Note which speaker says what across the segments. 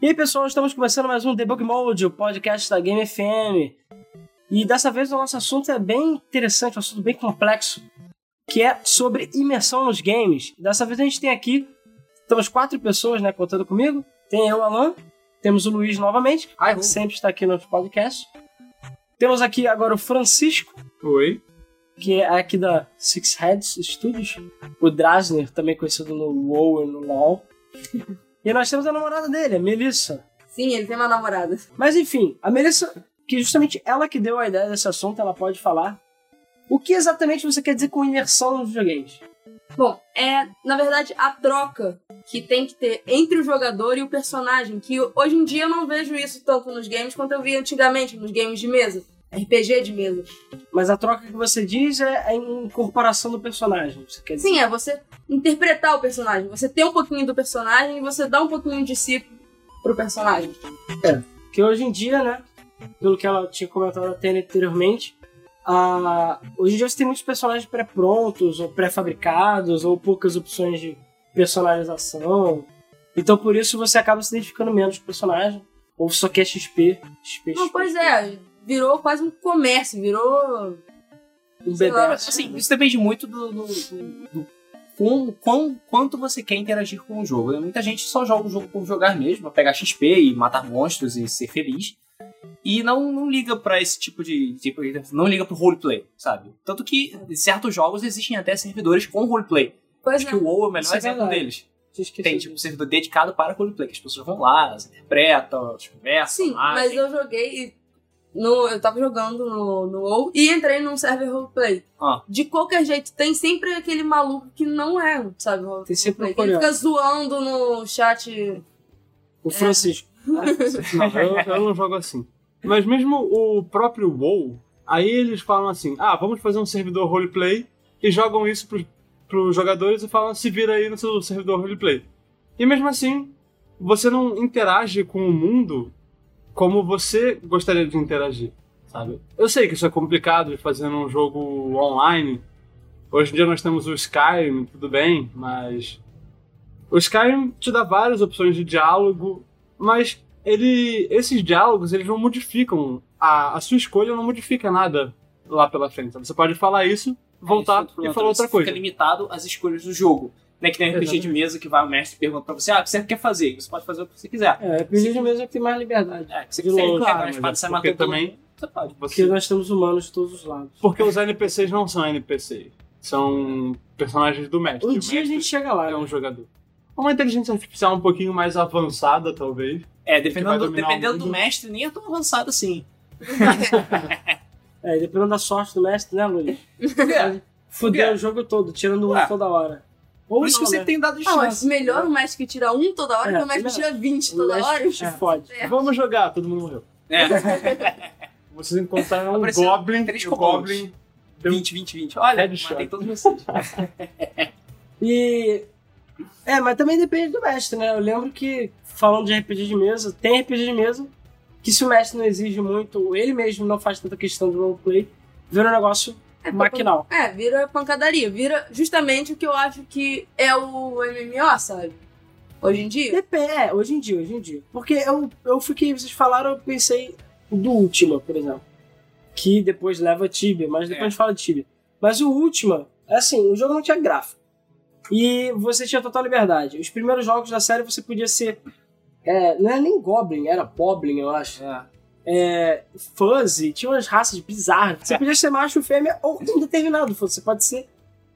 Speaker 1: E aí, pessoal, estamos começando mais um Debug Mode, o podcast da Game FM. E dessa vez o nosso assunto é bem interessante, um assunto bem complexo, que é sobre imersão nos games. E dessa vez a gente tem aqui, estamos quatro pessoas, né, contando comigo. Tem eu, Alan, temos o Luiz novamente,
Speaker 2: Ai,
Speaker 1: que sempre está aqui no podcast. Temos aqui agora o Francisco,
Speaker 2: Oi.
Speaker 1: que é aqui da Six Heads Studios. O Drasner, também conhecido no WoW e no LoL. E nós temos a namorada dele, a Melissa.
Speaker 3: Sim, ele tem uma namorada.
Speaker 1: Mas enfim, a Melissa, que justamente ela que deu a ideia desse assunto, ela pode falar. O que exatamente você quer dizer com imersão nos videogames?
Speaker 3: Bom, é, na verdade, a troca que tem que ter entre o jogador e o personagem, que hoje em dia eu não vejo isso tanto nos games quanto eu via antigamente nos games de mesa, RPG de mesa.
Speaker 1: Mas a troca que você diz é a incorporação do personagem. Você quer dizer?
Speaker 3: Sim, é você interpretar o personagem, você ter um pouquinho do personagem e você dar um pouquinho de si pro personagem.
Speaker 1: Que hoje em dia, né? Pelo que ela tinha comentado até anteriormente, a... hoje em dia você tem muitos personagens pré-prontos, ou pré-fabricados, ou poucas opções de personalização. Então por isso você acaba se identificando menos com o personagem, ou só quer XP. XP,
Speaker 3: Não, pois é, virou quase um comércio, virou
Speaker 1: Um
Speaker 3: é, sei lá,
Speaker 1: BDS.
Speaker 2: Assim, isso depende muito do, do, do- do quão- quão- quanto você quer interagir com o jogo. Muita gente só joga o jogo por jogar mesmo, pra pegar XP e matar monstros e ser feliz. E não, não liga pra esse tipo de, tipo. de- Não liga pro roleplay, sabe? Tanto que em certos jogos existem até servidores com roleplay.
Speaker 3: coisa.
Speaker 2: Acho que o WoW é o
Speaker 1: Isso
Speaker 2: melhor
Speaker 1: é
Speaker 2: exemplo
Speaker 1: verdade.
Speaker 2: deles.
Speaker 1: Tinha esquecido
Speaker 2: Tem tipo, um servidor dedicado para roleplay, que as pessoas vão lá, elas interpretam, elas conversam.
Speaker 3: Sim,
Speaker 2: lá,
Speaker 3: mas
Speaker 2: tem-
Speaker 3: eu joguei. e No, eu tava jogando no, no WoW e entrei num server roleplay.
Speaker 2: Ah.
Speaker 3: De qualquer jeito, tem sempre aquele maluco que não é, sabe? role-
Speaker 1: Tem sempre um
Speaker 3: roleplay, que Ele
Speaker 1: coreano. Ah,
Speaker 3: fica zoando no chat.
Speaker 2: É.
Speaker 1: O Francisco.
Speaker 4: Não, eu, eu não jogo assim. Mas mesmo o próprio WoW, aí eles falam assim, ah, vamos fazer um servidor roleplay, e jogam isso pros, pros jogadores e falam, se vira aí no seu servidor roleplay. E mesmo assim, você não interage com o mundo como você gostaria de interagir, sabe? Eu sei que isso é complicado de fazer num jogo online. Hoje em dia nós temos o Skyrim, tudo bem, mas... O Skyrim te dá várias opções de diálogo, mas ele, esses diálogos eles não modificam a, a sua escolha não modifica nada lá pela frente. Você pode falar isso, voltar
Speaker 2: É Isso,
Speaker 4: e
Speaker 2: pronto,
Speaker 4: falar
Speaker 2: você
Speaker 4: outra coisa.
Speaker 2: Fica limitado às escolhas do jogo. Né, que nem RPG de mesa que vai o mestre e pergunta pra você: ah, o que você quer fazer? E Você pode fazer o que você quiser.
Speaker 1: É, RPG de mesa é que tem mais liberdade.
Speaker 2: É, que você
Speaker 1: De
Speaker 2: quiser,
Speaker 1: longe,
Speaker 2: pegar
Speaker 4: claro,
Speaker 2: uma espada,
Speaker 4: mas é
Speaker 2: você
Speaker 4: porque
Speaker 2: matou todo
Speaker 4: também-
Speaker 2: mundo, Você pode.
Speaker 1: Porque
Speaker 4: Você-
Speaker 1: nós temos humanos de todos os lados.
Speaker 4: porque os NPCs não são NPCs, são personagens do mestre.
Speaker 1: Um
Speaker 4: O
Speaker 1: dia a
Speaker 4: mestre
Speaker 1: gente chega lá.
Speaker 4: é um
Speaker 1: né?
Speaker 4: jogador. Uma inteligência artificial um pouquinho mais avançada, talvez.
Speaker 2: É,
Speaker 4: vai
Speaker 2: dependendo,
Speaker 4: dominar o
Speaker 2: dependendo do
Speaker 4: mundo.
Speaker 2: mestre, nem é tão avançado assim.
Speaker 1: É, dependendo da sorte do mestre, né, Luiz?
Speaker 2: É,
Speaker 1: Fudeu
Speaker 2: É.
Speaker 1: o jogo todo, tirando um
Speaker 2: Ué.
Speaker 1: toda hora. Ou
Speaker 2: Por isso que
Speaker 1: não,
Speaker 2: você
Speaker 1: né?
Speaker 2: tem dado
Speaker 3: Ah, mas
Speaker 2: chance.
Speaker 3: melhor o mestre que tira um toda hora
Speaker 1: É,
Speaker 3: que o mestre que tira 20
Speaker 1: O
Speaker 3: toda
Speaker 1: mestre
Speaker 3: hora.
Speaker 1: te fode.
Speaker 3: É.
Speaker 4: Vamos jogar, todo mundo morreu.
Speaker 2: É,
Speaker 4: Vocês encontraram um
Speaker 2: Apareceu
Speaker 4: Goblin,
Speaker 2: três
Speaker 4: o
Speaker 2: kobolds.
Speaker 4: Goblin
Speaker 1: um
Speaker 4: um
Speaker 2: 20, 20, 20. Olha,
Speaker 4: Headshot.
Speaker 2: matei todos vocês.
Speaker 1: E. É, mas também depende do mestre, né? Eu lembro que, falando de RPG de mesa, tem RPG de mesa que, se o mestre não exige muito, ou ele mesmo não faz tanta questão do roleplay, vira um negócio
Speaker 3: É,
Speaker 1: maquinal.
Speaker 3: É, vira pancadaria. Vira justamente o que eu acho que é o MMO, sabe? Hoje em dia.
Speaker 1: Depende, é, hoje em dia, hoje em dia. Porque eu, eu fiquei, vocês falaram, eu pensei do Ultima, por exemplo. Que depois leva a Tibia, mas depois
Speaker 2: É.
Speaker 1: a gente fala de Tibia. Mas o Ultima, assim, o jogo não tinha gráfico. E você tinha total liberdade. Os primeiros jogos da série você podia ser. é, não era nem Goblin, era Poblin, eu acho.
Speaker 2: É.
Speaker 1: É, fuzzy, tinha umas raças bizarras.
Speaker 2: É.
Speaker 1: Você podia ser macho, fêmea ou indeterminado. Você pode ser.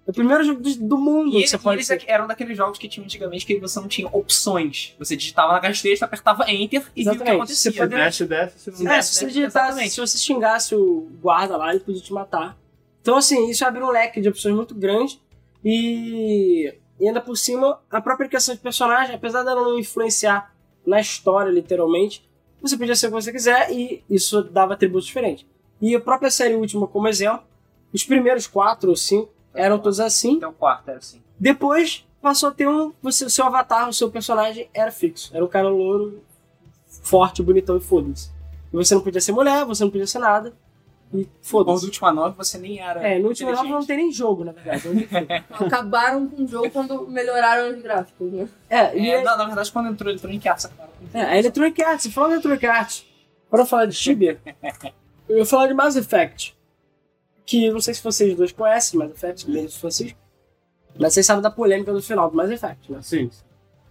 Speaker 1: É o primeiro jogo do, do mundo
Speaker 2: E,
Speaker 1: que
Speaker 2: eles-
Speaker 1: você
Speaker 2: e
Speaker 1: pode
Speaker 2: eles
Speaker 1: ser.
Speaker 2: eram daqueles jogos que tinha antigamente que você não tinha opções. Você digitava na caixa de texto, apertava Enter e via o que
Speaker 1: Exatamente.
Speaker 2: acontecia. né?
Speaker 1: Você poderia-
Speaker 4: Dash Death, se não
Speaker 1: É, se você digitasse,
Speaker 2: Exatamente.
Speaker 1: se você xingasse o guarda lá, ele podia te matar. Então, assim, isso abre um leque de opções muito grande. E, e ainda por cima, a própria criação de personagem, apesar dela não influenciar na história, literalmente, você podia ser o que você quiser e isso dava atributos diferentes. E a própria série última, como exemplo, os primeiros quatro ou cinco eram todos assim.
Speaker 2: Até o quarto, era assim.
Speaker 1: Depois passou a ter um. Você, seu avatar, o seu personagem era fixo. Era um cara louro, forte, bonitão e foda-se. E você não podia ser mulher, você não podia ser nada. E
Speaker 2: Ou do
Speaker 1: foda-se.
Speaker 2: última nove você nem era.
Speaker 1: É, no último
Speaker 2: inteligente.
Speaker 1: level não tem nem jogo, na verdade.
Speaker 3: Acabaram com o jogo quando melhoraram os gráficos, né?
Speaker 1: É, e
Speaker 2: É,
Speaker 1: é,
Speaker 2: na, na verdade, quando entrou eletrônica arts, acabaram com
Speaker 1: É, a Electronic Arts, falando de Electronic Arts, para eu falar de Tibia, eu ia falar de Mass Effect. Que eu não sei se vocês dois conhecem Mass Effect, menos Francisco. Mas vocês sabem da polêmica do final do Mass Effect, né?
Speaker 4: Sim.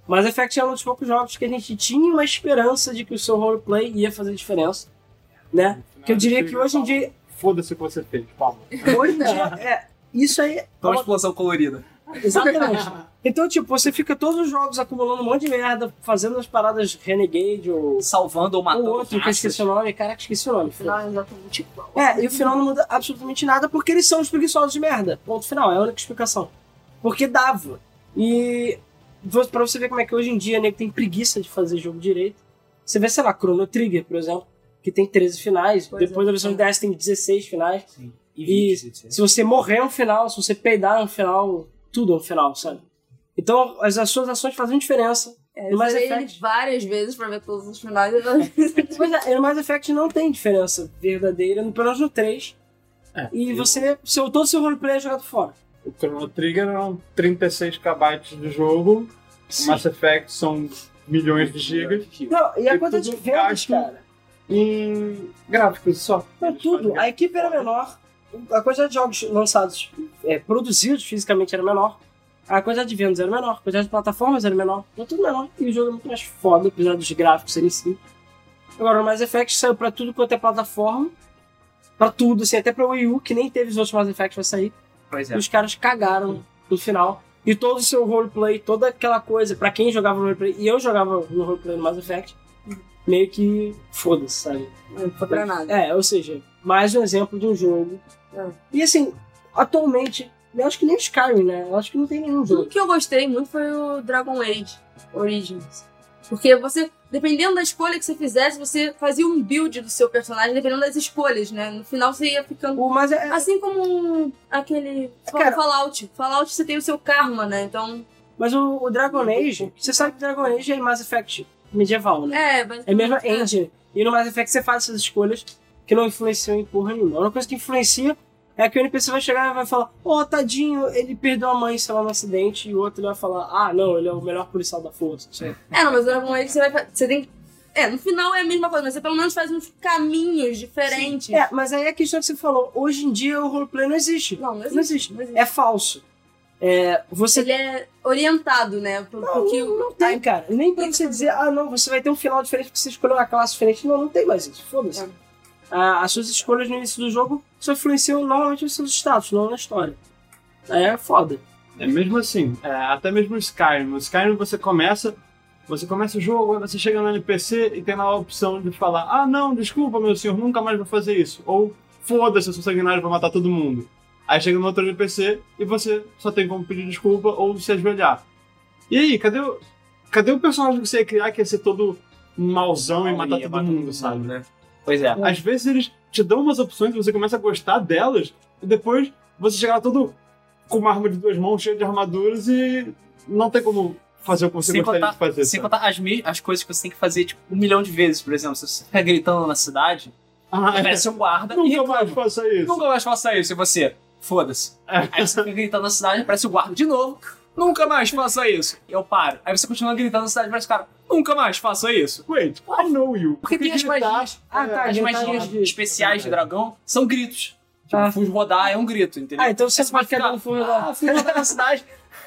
Speaker 1: Mass Effect é um dos poucos jogos que a gente tinha uma esperança de que o seu roleplay ia fazer diferença, né? Que eu diria que hoje em dia.
Speaker 4: Foda-se o que você fez, palma.
Speaker 1: Hoje em dia é, isso aí. é
Speaker 2: Então,
Speaker 1: uma-
Speaker 2: explosão colorida.
Speaker 1: Exatamente. Então, tipo, você fica todos os jogos acumulando um monte de merda, fazendo as paradas Renegade ou,
Speaker 2: Salvando ou matando
Speaker 1: ou outro, que eu
Speaker 2: raças.
Speaker 1: esqueci é o nome. Caraca, esqueci o nome.
Speaker 3: Afinal, é exatamente igual.
Speaker 1: É, e o final não muda absolutamente nada porque eles são os preguiçosos de merda. Ponto final, é a única explicação. Porque dava. E vo- pra você ver como é que hoje em dia, nego tem preguiça de fazer jogo direito. Você vê, sei lá, Chrono Trigger, por exemplo, que tem 13 finais.
Speaker 3: Pois
Speaker 1: Depois
Speaker 3: é.
Speaker 1: da versão de DS tem 16 finais.
Speaker 2: Sim.
Speaker 1: E-
Speaker 2: vídeos, etc.
Speaker 1: Se você morrer é um final, se você peidar é um final, tudo é um final, sabe? Então as, as suas ações fazem diferença.
Speaker 3: É,
Speaker 1: No
Speaker 3: eu
Speaker 1: Mass
Speaker 3: zerei ele
Speaker 1: Effect.
Speaker 3: várias vezes pra ver todos os finais. e-
Speaker 1: Pois é, no Mass Effect não tem diferença verdadeira, no- pelo menos no 3.
Speaker 4: É,
Speaker 1: e
Speaker 4: eu-
Speaker 1: você, seu, todo o seu roleplay é jogado fora.
Speaker 4: O Chrono Trigger é um eram 36 KB de jogo, o Mass Effect são milhões de gigas,
Speaker 1: Não, e a
Speaker 4: E
Speaker 1: quantidade de
Speaker 4: tudo um
Speaker 1: vendas,
Speaker 4: gasto.
Speaker 1: cara?
Speaker 4: em gráficos só.
Speaker 1: Não,
Speaker 4: Eles
Speaker 1: É tudo.
Speaker 4: fazem né?
Speaker 1: A equipe era menor, a quantidade de jogos lançados, é, produzidos fisicamente era menor, a quantidade de vendas era menor, a quantidade de plataformas era menor, era tudo menor. E o jogo é muito mais foda, apesar dos gráficos serem simples. Agora, o Mass Effect saiu pra tudo quanto é plataforma, pra tudo, assim, até pra Wii U, que nem teve os outros Mass Effect pra sair.
Speaker 2: Pois
Speaker 4: É.
Speaker 2: é.
Speaker 1: E os caras cagaram no final. E todo o seu roleplay, toda aquela coisa, pra quem jogava no roleplay, e eu jogava no roleplay no Mass Effect, meio que foda-se, sabe?
Speaker 3: Não foi pra nada.
Speaker 1: É, ou seja, mais um exemplo de um jogo.
Speaker 3: É.
Speaker 1: E assim, atualmente, eu acho que nem o Skyrim, né? Eu acho que não tem nenhum
Speaker 3: Um
Speaker 1: jogo.
Speaker 3: que eu gostei muito foi o Dragon Age Origins. Porque você, dependendo da escolha que você fizesse, você fazia um build do seu personagem, dependendo das escolhas, né? No final você ia ficando.
Speaker 1: O, mas é,
Speaker 3: Assim como aquele.
Speaker 1: Cara-
Speaker 3: Fallout. Fallout você tem o seu karma, né? Então.
Speaker 1: mas o, o Dragon Age, você sabe que Dragon Age é Mass Effect medieval, né?
Speaker 3: É, mas.
Speaker 1: É a mesma engine. E no Mass Effect você faz essas escolhas que não influenciam em porra nenhuma. A única coisa que influencia é que o NPC vai chegar e vai falar: Ó, tadinho, ele perdeu a mãe, sei lá, no acidente. E o outro ele vai falar: Ah, não, ele é o melhor policial da força. não sei.
Speaker 3: É, não, mas o Dragon Age você vai. fa- Você tem. É, no final é a mesma coisa, mas você pelo menos faz uns caminhos diferentes.
Speaker 1: É, mas aí a questão que você falou: hoje em dia o roleplay não existe.
Speaker 3: Não, não existe.
Speaker 1: Não existe.
Speaker 3: não existe.
Speaker 1: É falso. É, você
Speaker 3: Ele é orientado, né? Pro, pro que o-
Speaker 1: Não tem, cara. Nem pra você dizer, ah, não, você vai ter um final diferente porque você escolheu uma classe diferente. Não, não tem mais isso. Foda-se.
Speaker 3: É.
Speaker 1: Ah, as suas escolhas no início do jogo só influenciam normalmente os seus status, não na história. Aí é foda.
Speaker 4: É mesmo assim, é, até mesmo o Skyrim. No Skyrim você começa, você começa o jogo, aí você chega no NPC e tem lá a opção de falar: Ah, não, desculpa, meu senhor, nunca mais vou fazer isso. Ou foda-se, eu sou sanguinário, vou matar todo mundo. Aí chega no outro NPC e você só tem como pedir desculpa ou se ajoelhar. E aí, cadê o, cadê o personagem que você ia criar que ia ser todo mauzão e matar
Speaker 2: Ia
Speaker 4: todo mundo, sabe?
Speaker 2: né? Pois é.
Speaker 4: Às vezes eles te dão umas opções, você começa a gostar delas, e depois você chega lá todo com uma arma de duas mãos, cheia de armaduras, e não tem como fazer o que você
Speaker 2: Sem
Speaker 4: gostaria
Speaker 2: contar-
Speaker 4: de fazer.
Speaker 2: Sem
Speaker 4: sabe?
Speaker 2: contar as, me- as coisas que você tem que fazer, tipo, um milhão de vezes, por exemplo. Se você fica gritando na cidade,
Speaker 4: Ah, é.
Speaker 2: aparece um guarda e
Speaker 4: Nunca mais
Speaker 2: reclama.
Speaker 4: faça isso. É.
Speaker 2: Nunca mais faça isso. E você, foda-se. Aí você fica gritando na cidade, aparece o guarda de novo. Nunca mais faça isso. Eu paro. Aí você continua gritando na cidade, aparece o cara. Nunca mais faça isso.
Speaker 4: Wait, I know you.
Speaker 2: Porque tem as
Speaker 4: Gritar.
Speaker 2: magias.
Speaker 1: Ah, tá,
Speaker 2: As
Speaker 1: gritar
Speaker 2: magias
Speaker 1: de-
Speaker 2: especiais de dragão são gritos. Tipo,
Speaker 1: Ah.
Speaker 2: fui rodar é um grito, entendeu?
Speaker 1: Ah, então você
Speaker 2: Aí
Speaker 1: pode ficar dando
Speaker 2: ficar,
Speaker 1: fumo lá.
Speaker 2: Ah, fui rodar na cidade.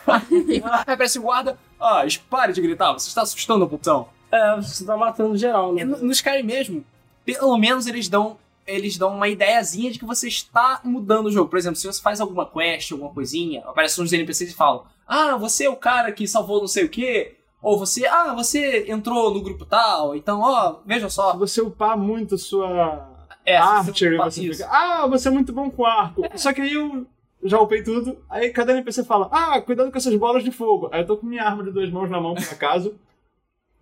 Speaker 2: Aí aparece o guarda. Ah, pare de gritar, você está assustando o putão.
Speaker 1: É, você tá matando geral, né?
Speaker 2: É, no- Nos Skyrim mesmo, pelo menos eles dão eles dão uma ideiazinha de que você está mudando o jogo. Por exemplo, se você faz alguma quest, alguma coisinha, aparecem uns NPCs e falam: Ah, você é o cara que salvou não sei o quê. Ou você, ah, você entrou no grupo tal, então, ó, veja
Speaker 4: Se
Speaker 2: só.
Speaker 4: é, você upar muito sua
Speaker 2: É, se
Speaker 4: arte,
Speaker 2: você-
Speaker 4: Ah, você
Speaker 2: isso.
Speaker 4: fica, ah, você é muito bom com arco. Só que aí eu já upei tudo, aí cada NPC fala, ah, cuidado com essas bolas de fogo. Aí eu tô com minha arma de duas mãos na mão, por acaso.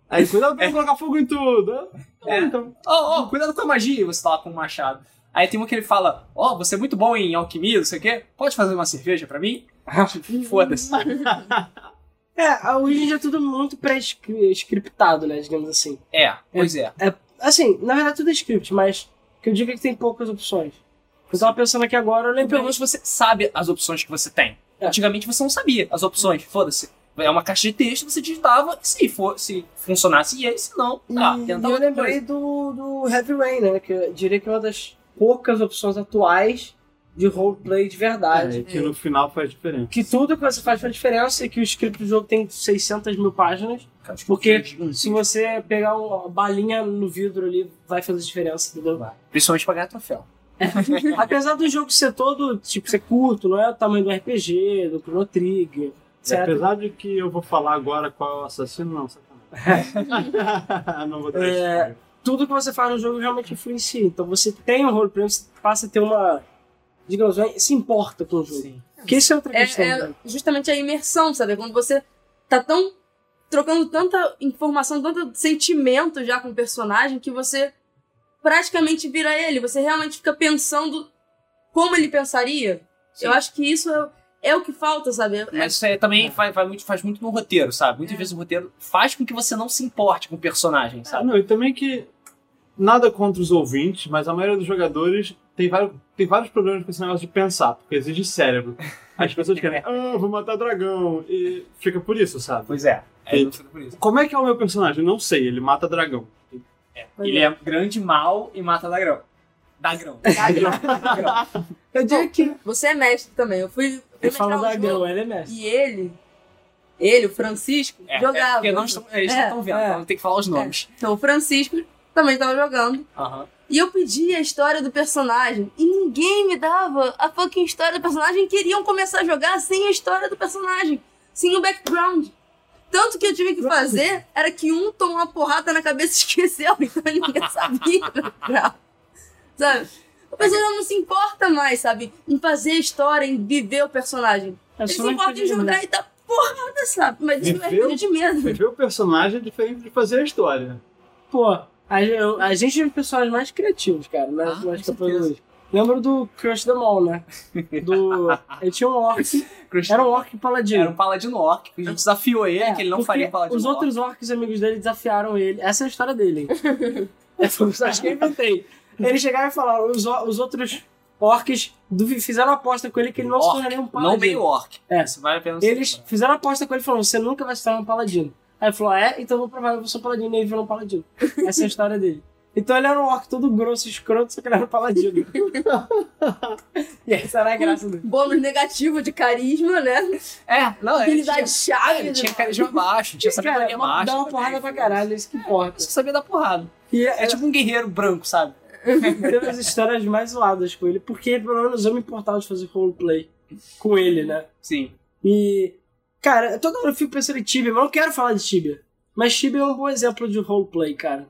Speaker 4: Aí, cuidado pra não colocar fogo em tudo.
Speaker 2: É.
Speaker 4: É. Então,
Speaker 2: Ó, ó, cuidado com a magia, e você tá lá com o machado. Aí tem um que ele fala, ó, você é muito bom em alquimia, não sei o quê, pode fazer uma cerveja pra mim?
Speaker 1: Uhum.
Speaker 2: Tipo, Foda-se.
Speaker 1: É, hoje em dia é tudo muito pré-scriptado, né? Digamos assim.
Speaker 2: É, pois é.
Speaker 1: Assim, na verdade tudo é script, mas o que eu digo é que tem poucas opções. Eu tava pensando aqui agora, eu
Speaker 2: Pelo
Speaker 1: lembrei.
Speaker 2: menos você sabe as opções que você tem.
Speaker 1: É.
Speaker 2: Antigamente você não sabia as opções, foda-se. É uma caixa de texto, você digitava, e se, for, se funcionasse, ia, e se não, tá,
Speaker 1: e
Speaker 2: tentava
Speaker 1: Uhum. eu
Speaker 2: outra
Speaker 1: lembrei do, do Heavy Rain, né? Que eu diria que é uma das poucas opções atuais de roleplay de verdade.
Speaker 4: É, que no final faz diferença.
Speaker 1: Que tudo que você faz faz diferença e que o script do jogo tem 600 mil páginas.
Speaker 2: coisa.
Speaker 1: Porque
Speaker 2: um,
Speaker 1: se você pegar um, uma balinha no vidro ali, vai fazer diferença, entendeu?
Speaker 2: Principalmente pra ganhar troféu.
Speaker 1: Apesar do jogo ser todo, tipo, ser curto, não é o tamanho do RPG, do Chrono
Speaker 4: É
Speaker 1: Trigger,
Speaker 4: E
Speaker 1: etc.
Speaker 4: apesar de que eu vou falar agora qual é o assassino, não, sacanagem. não vou dar
Speaker 1: É.
Speaker 4: spoiler.
Speaker 1: tudo que você faz no jogo realmente influencia. Então você tem um roleplay, você passa a ter uma. Digamos, vai- se importa com o jogo. Porque isso é outra
Speaker 3: É-
Speaker 1: questão.
Speaker 3: é-
Speaker 1: né?
Speaker 3: justamente a imersão, sabe? É Quando você tá tão trocando tanta informação, tanto sentimento já com o personagem que você praticamente vira ele, você realmente fica pensando como ele pensaria.
Speaker 2: Sim.
Speaker 3: Eu acho que isso é, é o que falta, sabe?
Speaker 2: Mas isso aí
Speaker 1: É.
Speaker 2: também faz, faz muito, faz muito no roteiro, sabe? Muitas vezes o roteiro faz com que você não se importe com o personagem,
Speaker 4: Ah,
Speaker 2: sabe?
Speaker 4: não, e também que nada contra os ouvintes, mas a maioria dos jogadores tem vários, tem vários problemas com esse negócio de pensar, porque exige cérebro. As pessoas querem, ah, vou matar dragão, e fica por isso, sabe?
Speaker 2: Pois é. É,
Speaker 4: E-
Speaker 2: não fica por isso.
Speaker 4: Como é que é o meu personagem? Não sei, ele mata dragão.
Speaker 2: Ele é grande, mal e mata Dagrão. Dagrão. Dagrão.
Speaker 1: Eu diria que.
Speaker 3: Você é mestre também. Eu fui, fui
Speaker 1: Ele fala
Speaker 3: mestrar um
Speaker 1: da
Speaker 3: jogo
Speaker 1: Gão, ele é mestre.
Speaker 3: e ele, ele, o Francisco,
Speaker 2: É, é
Speaker 3: jogava.
Speaker 2: porque não estão, eles não
Speaker 3: É,
Speaker 2: estão vendo,
Speaker 1: é.
Speaker 2: então tem que falar os nomes.
Speaker 3: Então o Francisco também tava jogando.
Speaker 2: Aham.
Speaker 3: E eu pedi a história do personagem e ninguém me dava a fucking história do personagem. Queriam começar a jogar sem a história do personagem, sem o background. Tanto que eu tive que fazer era que um tomou uma porrada na cabeça e esqueceu, então ninguém sabia. do background. sabe? O pessoal já não se importa mais, sabe? Em fazer a história, em viver o personagem.
Speaker 1: É
Speaker 3: Eles
Speaker 1: só
Speaker 3: se
Speaker 1: uma
Speaker 3: importam em
Speaker 1: RPG
Speaker 3: jogar e dar porrada, sabe? Mas isso é
Speaker 4: Viver o-
Speaker 3: coisa de medo.
Speaker 4: Viver o personagem é diferente de fazer a história.
Speaker 1: Pô, a, gen- a gente é um pessoal mais criativos, cara, né?
Speaker 2: Ah,
Speaker 1: mais
Speaker 2: com
Speaker 1: campeões
Speaker 2: certeza.
Speaker 1: hoje. Lembro do Crush the Mall, né? Do... Ele tinha um orc. Era um orc paladino.
Speaker 2: Era um paladino orc. A gente desafiou ele, que ele não
Speaker 1: É, porque
Speaker 2: faria um paladino
Speaker 1: Os
Speaker 2: orc.
Speaker 1: outros orcs amigos dele desafiaram ele. Essa é a história dele. Essa eu acho que eu inventei. Eles chegaram e falaram: os, or- os outros orcs du- fizeram uma aposta com ele que ele não se
Speaker 2: Orc,
Speaker 1: tornaria um paladino.
Speaker 2: Não meio orc.
Speaker 1: É.
Speaker 2: Isso vale a pena
Speaker 1: Eles
Speaker 2: lembrar.
Speaker 1: fizeram uma aposta com ele e falaram: você nunca vai se tornar um paladino. Aí ele falou: é, então eu vou provar, eu vou ser um paladino. E ele virou um paladino. Essa é a história dele. Então ele era um orc todo grosso, escroto, só que ele era um paladino. e essa era a graça dele.
Speaker 3: Bônus negativo de carisma, né?
Speaker 2: É, não, ele
Speaker 3: Habilidade
Speaker 2: tinha,
Speaker 3: chave.
Speaker 2: ele
Speaker 3: né?
Speaker 2: tinha carisma baixo, tinha
Speaker 1: Cara,
Speaker 2: sabedoria baixa.
Speaker 1: dá uma porrada pra caralho, é isso que importa.
Speaker 2: Você sabia dar porrada.
Speaker 1: E
Speaker 2: É tipo um guerreiro branco, sabe?
Speaker 1: teve as histórias mais zoadas com ele, porque pelo menos eu me importava de fazer roleplay com ele, né?
Speaker 2: Sim.
Speaker 1: E, cara, toda hora eu fico pensando em Tibia, mas eu não quero falar de Tibia. Mas Tibia é um bom exemplo de roleplay, cara.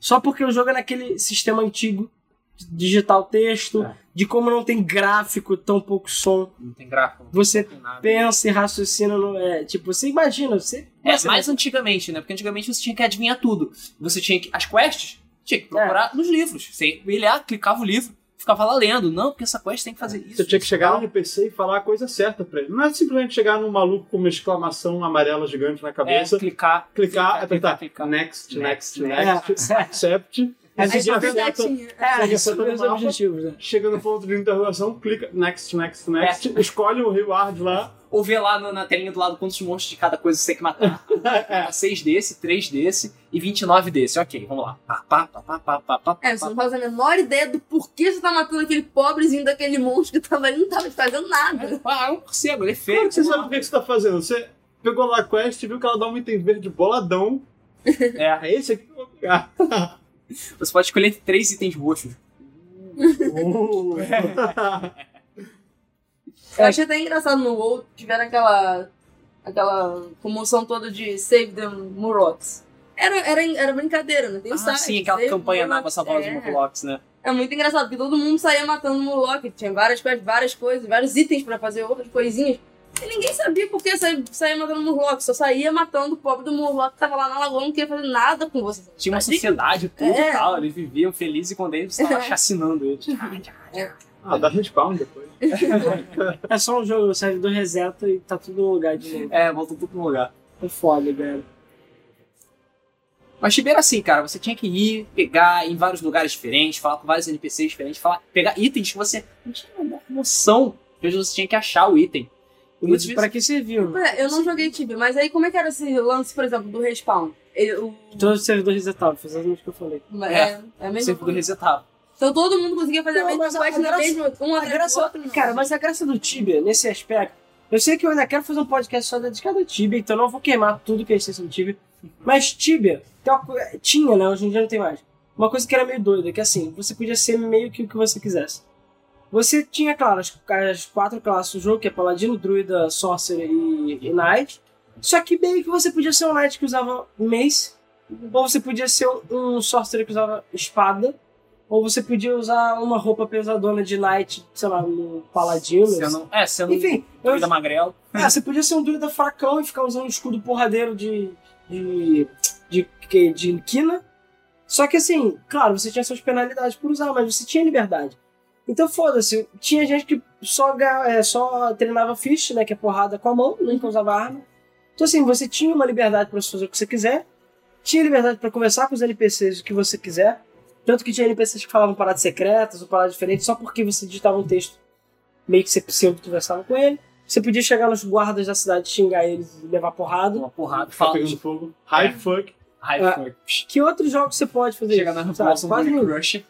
Speaker 1: Só porque o jogo é naquele sistema antigo, de digitar o texto,
Speaker 2: É.
Speaker 1: de como não tem gráfico, tão pouco som.
Speaker 2: Não tem gráfico, não
Speaker 1: Você
Speaker 2: tem nada.
Speaker 1: pensa e raciocina, no, é, tipo, você imagina, você...
Speaker 2: É,
Speaker 1: você
Speaker 2: mais antigamente, né? Porque antigamente você tinha que adivinhar tudo. Você tinha que. As quests, tinha
Speaker 4: É.
Speaker 2: que procurar nos livros. Você ia lá, clicava o livro, ficava lá lendo. Não, porque essa quest tem que fazer isso.
Speaker 4: Você tinha que
Speaker 2: isso,
Speaker 4: chegar no
Speaker 2: tal.
Speaker 4: NPC e falar a coisa certa pra ele. Não é simplesmente chegar num maluco com uma exclamação amarela gigante na
Speaker 2: É,
Speaker 4: cabeça,
Speaker 2: clicar,
Speaker 4: clicar, apertar
Speaker 2: clicar.
Speaker 4: next, next,
Speaker 2: Next,
Speaker 4: next, accept.
Speaker 1: É,
Speaker 3: Aí
Speaker 1: você
Speaker 3: uma
Speaker 4: aperta-
Speaker 3: setinha.
Speaker 1: É,
Speaker 4: Você
Speaker 1: isso
Speaker 4: aperta
Speaker 1: é os
Speaker 4: no mapa.
Speaker 1: objetivos, né?
Speaker 4: Chega no ponto de interrogação, clica next, next, next, escolhe o reward lá.
Speaker 2: Ou ver lá na, na telinha do lado quantos monstros de cada coisa você tem que matar.
Speaker 4: É.
Speaker 2: Ah, 6 desse, 3 desse e 29 desse. Ok, vamos lá. Pá, pá, pá, pá, pá, pá, pá,
Speaker 3: É,
Speaker 2: pá,
Speaker 3: você não faz a menor ideia do porquê você tá matando aquele pobrezinho daquele monstro que tava ali, não tava te fazendo nada.
Speaker 2: pá. Ah, é um morcego, ele é feio.
Speaker 4: Claro que você
Speaker 2: vamos
Speaker 4: sabe o que você tá fazendo. Você pegou lá a quest, viu que ela dá um item verde boladão.
Speaker 2: lá. É,
Speaker 4: É esse aqui que eu vou pegar.
Speaker 2: você pode escolher 3 itens roxos.
Speaker 1: Uh.
Speaker 2: É.
Speaker 3: Eu achei até engraçado no WoW, tiveram aquela, aquela comoção toda de Save the Murox. Era, era, era brincadeira, né? Tem o
Speaker 2: Ah,
Speaker 3: site,
Speaker 2: sim, aquela
Speaker 3: Save
Speaker 2: campanha
Speaker 3: Murox,
Speaker 2: na Passa Bola de
Speaker 3: é.
Speaker 2: Mocolox, né?
Speaker 3: É muito engraçado, porque todo mundo saía matando o Murloc. Tinha várias coisas, várias coisas, vários itens pra fazer outras coisinhas. E ninguém sabia por que saía, saía matando o Murloc. Só saía matando o pobre do Murloc que tava lá na lagoa, não queria fazer nada com você.
Speaker 2: Tinha uma
Speaker 3: Mas ninguém-
Speaker 2: sociedade, tudo e
Speaker 3: É.
Speaker 2: tal. Eles viviam felizes e quando eles estavam
Speaker 3: É.
Speaker 2: chacinando eles.
Speaker 4: Ah, dá respawn depois.
Speaker 1: É só um jogo, o servidor reseta e tá tudo no lugar de novo.
Speaker 2: É, voltou tudo pro lugar.
Speaker 1: É foda, galera.
Speaker 2: Mas Chibi era assim, cara. Você tinha que ir, pegar em vários lugares diferentes, falar com vários NPCs diferentes, falar, pegar itens que você não tinha a menor noção. Às vezes você tinha que achar o item. Muitos
Speaker 1: E pra que serviu? né?
Speaker 3: É, eu não joguei Tibia, mas aí como é que era esse lance, por exemplo, do respawn? Ele- o-
Speaker 1: Todo servidor resetava, foi exatamente o que eu falei.
Speaker 3: é, é a mesma
Speaker 2: Sempre do
Speaker 3: coisa.
Speaker 2: resetava.
Speaker 3: Então todo mundo conseguia fazer
Speaker 1: Não,
Speaker 3: a mesma
Speaker 1: mas a-
Speaker 3: quest
Speaker 1: a
Speaker 3: na
Speaker 1: graça-
Speaker 3: mesma, um
Speaker 1: a
Speaker 3: atrás do
Speaker 1: graça- é
Speaker 3: outro. não.
Speaker 1: Cara, mas a graça do Tibia, nesse aspecto, eu sei que eu ainda quero fazer um podcast só dedicado a Tibia, então não vou queimar tudo que é extensão do Tibia. Mas Tibia, tem uma co- tinha, né? Hoje em dia não tem mais. Uma coisa que era meio doida, que assim, você podia ser meio que o que você quisesse. Você tinha, claro, as, as quatro classes do jogo, que é Paladino, Druida, Sorcerer e, e Knight. Só que meio que você podia ser um Knight que usava Mace, ou você podia ser um, um Sorcerer que usava Espada, ou você podia usar uma roupa pesadona de Knight, sei lá, no Paladino.
Speaker 2: Você não, é, você não
Speaker 1: Enfim, eu,
Speaker 2: vida magrela.
Speaker 1: ah, você podia ser um druida fracão e ficar usando um escudo porradeiro de. de. de, que- de, quina. Só que assim, claro, você tinha suas penalidades por usar, mas você tinha liberdade. Então foda-se, tinha gente que só, ga- é, só treinava fist, né? Que é porrada com a mão, nunca usava arma. Então assim, você tinha uma liberdade pra fazer o que você quiser, tinha liberdade pra conversar com os NPCs o que você quiser. Tanto que tinha NPCs que falavam paradas secretas ou paradas diferentes só porque você digitava um texto meio que você pseudo conversava com ele. Você podia chegar nos guardas da cidade, xingar eles e levar porrada.
Speaker 2: Uma porrada.
Speaker 4: Tá
Speaker 2: Fala.
Speaker 4: pegando fogo. High
Speaker 2: É.
Speaker 4: fuck.
Speaker 2: High
Speaker 1: Ah,
Speaker 2: fuck.
Speaker 1: Que outros jogos você pode fazer
Speaker 2: Chega
Speaker 1: isso?
Speaker 2: na
Speaker 1: sabe?
Speaker 2: população
Speaker 1: Quase
Speaker 2: do
Speaker 1: nenhum.
Speaker 2: Crush.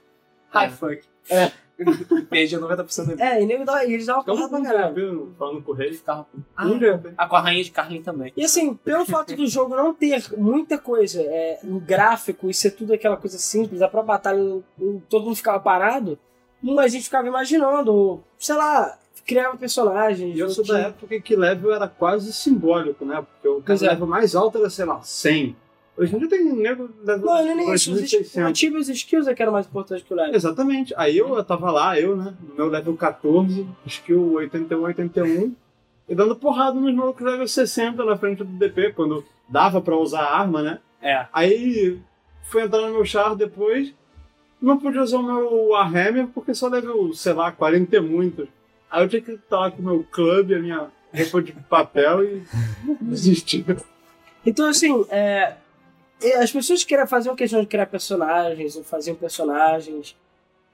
Speaker 2: High fuck.
Speaker 1: É.
Speaker 2: Perde 90% da vida.
Speaker 1: É, e nego dá- e eles davam
Speaker 4: Então,
Speaker 1: porrada pra
Speaker 4: um
Speaker 1: caralho.
Speaker 4: viu? Falando com o rei.
Speaker 2: Ficava- Ah,
Speaker 4: Um dia.
Speaker 2: Ah, com a rainha de Carlin também.
Speaker 1: É. E assim, pelo fato do jogo não ter muita coisa é, no gráfico e ser tudo aquela coisa simples, a própria batalha, o- todo mundo ficava parado, a gente ficava imaginando, ou, sei lá, criava personagens.
Speaker 4: E eu
Speaker 1: não
Speaker 4: sou da
Speaker 1: tinha-
Speaker 4: época em que level era quase simbólico, né? Porque o
Speaker 1: Pois
Speaker 4: cara
Speaker 1: é.
Speaker 4: level mais alto era, sei lá, 100. Hoje em dia tem um nego level
Speaker 1: Não, não é nem isso. os skills- Eu
Speaker 4: 2600.
Speaker 1: tive os skills é que era mais importante que o Live.
Speaker 4: Exatamente. Aí eu, eu tava lá, eu, né? No meu level 14, skill 81, 81. E dando porrada nos malucos level 60 na frente do DP, quando dava pra usar a arma, né?
Speaker 2: É.
Speaker 4: Aí fui entrar no meu char depois. Não podia usar o meu Warhammer porque só level, sei lá, 40 e muitos. Aí eu tinha que estar lá com o meu clube, a minha roupa de papel e desistir.
Speaker 1: Então, assim, é, é, as pessoas que faziam questão de criar personagens, ou faziam personagens,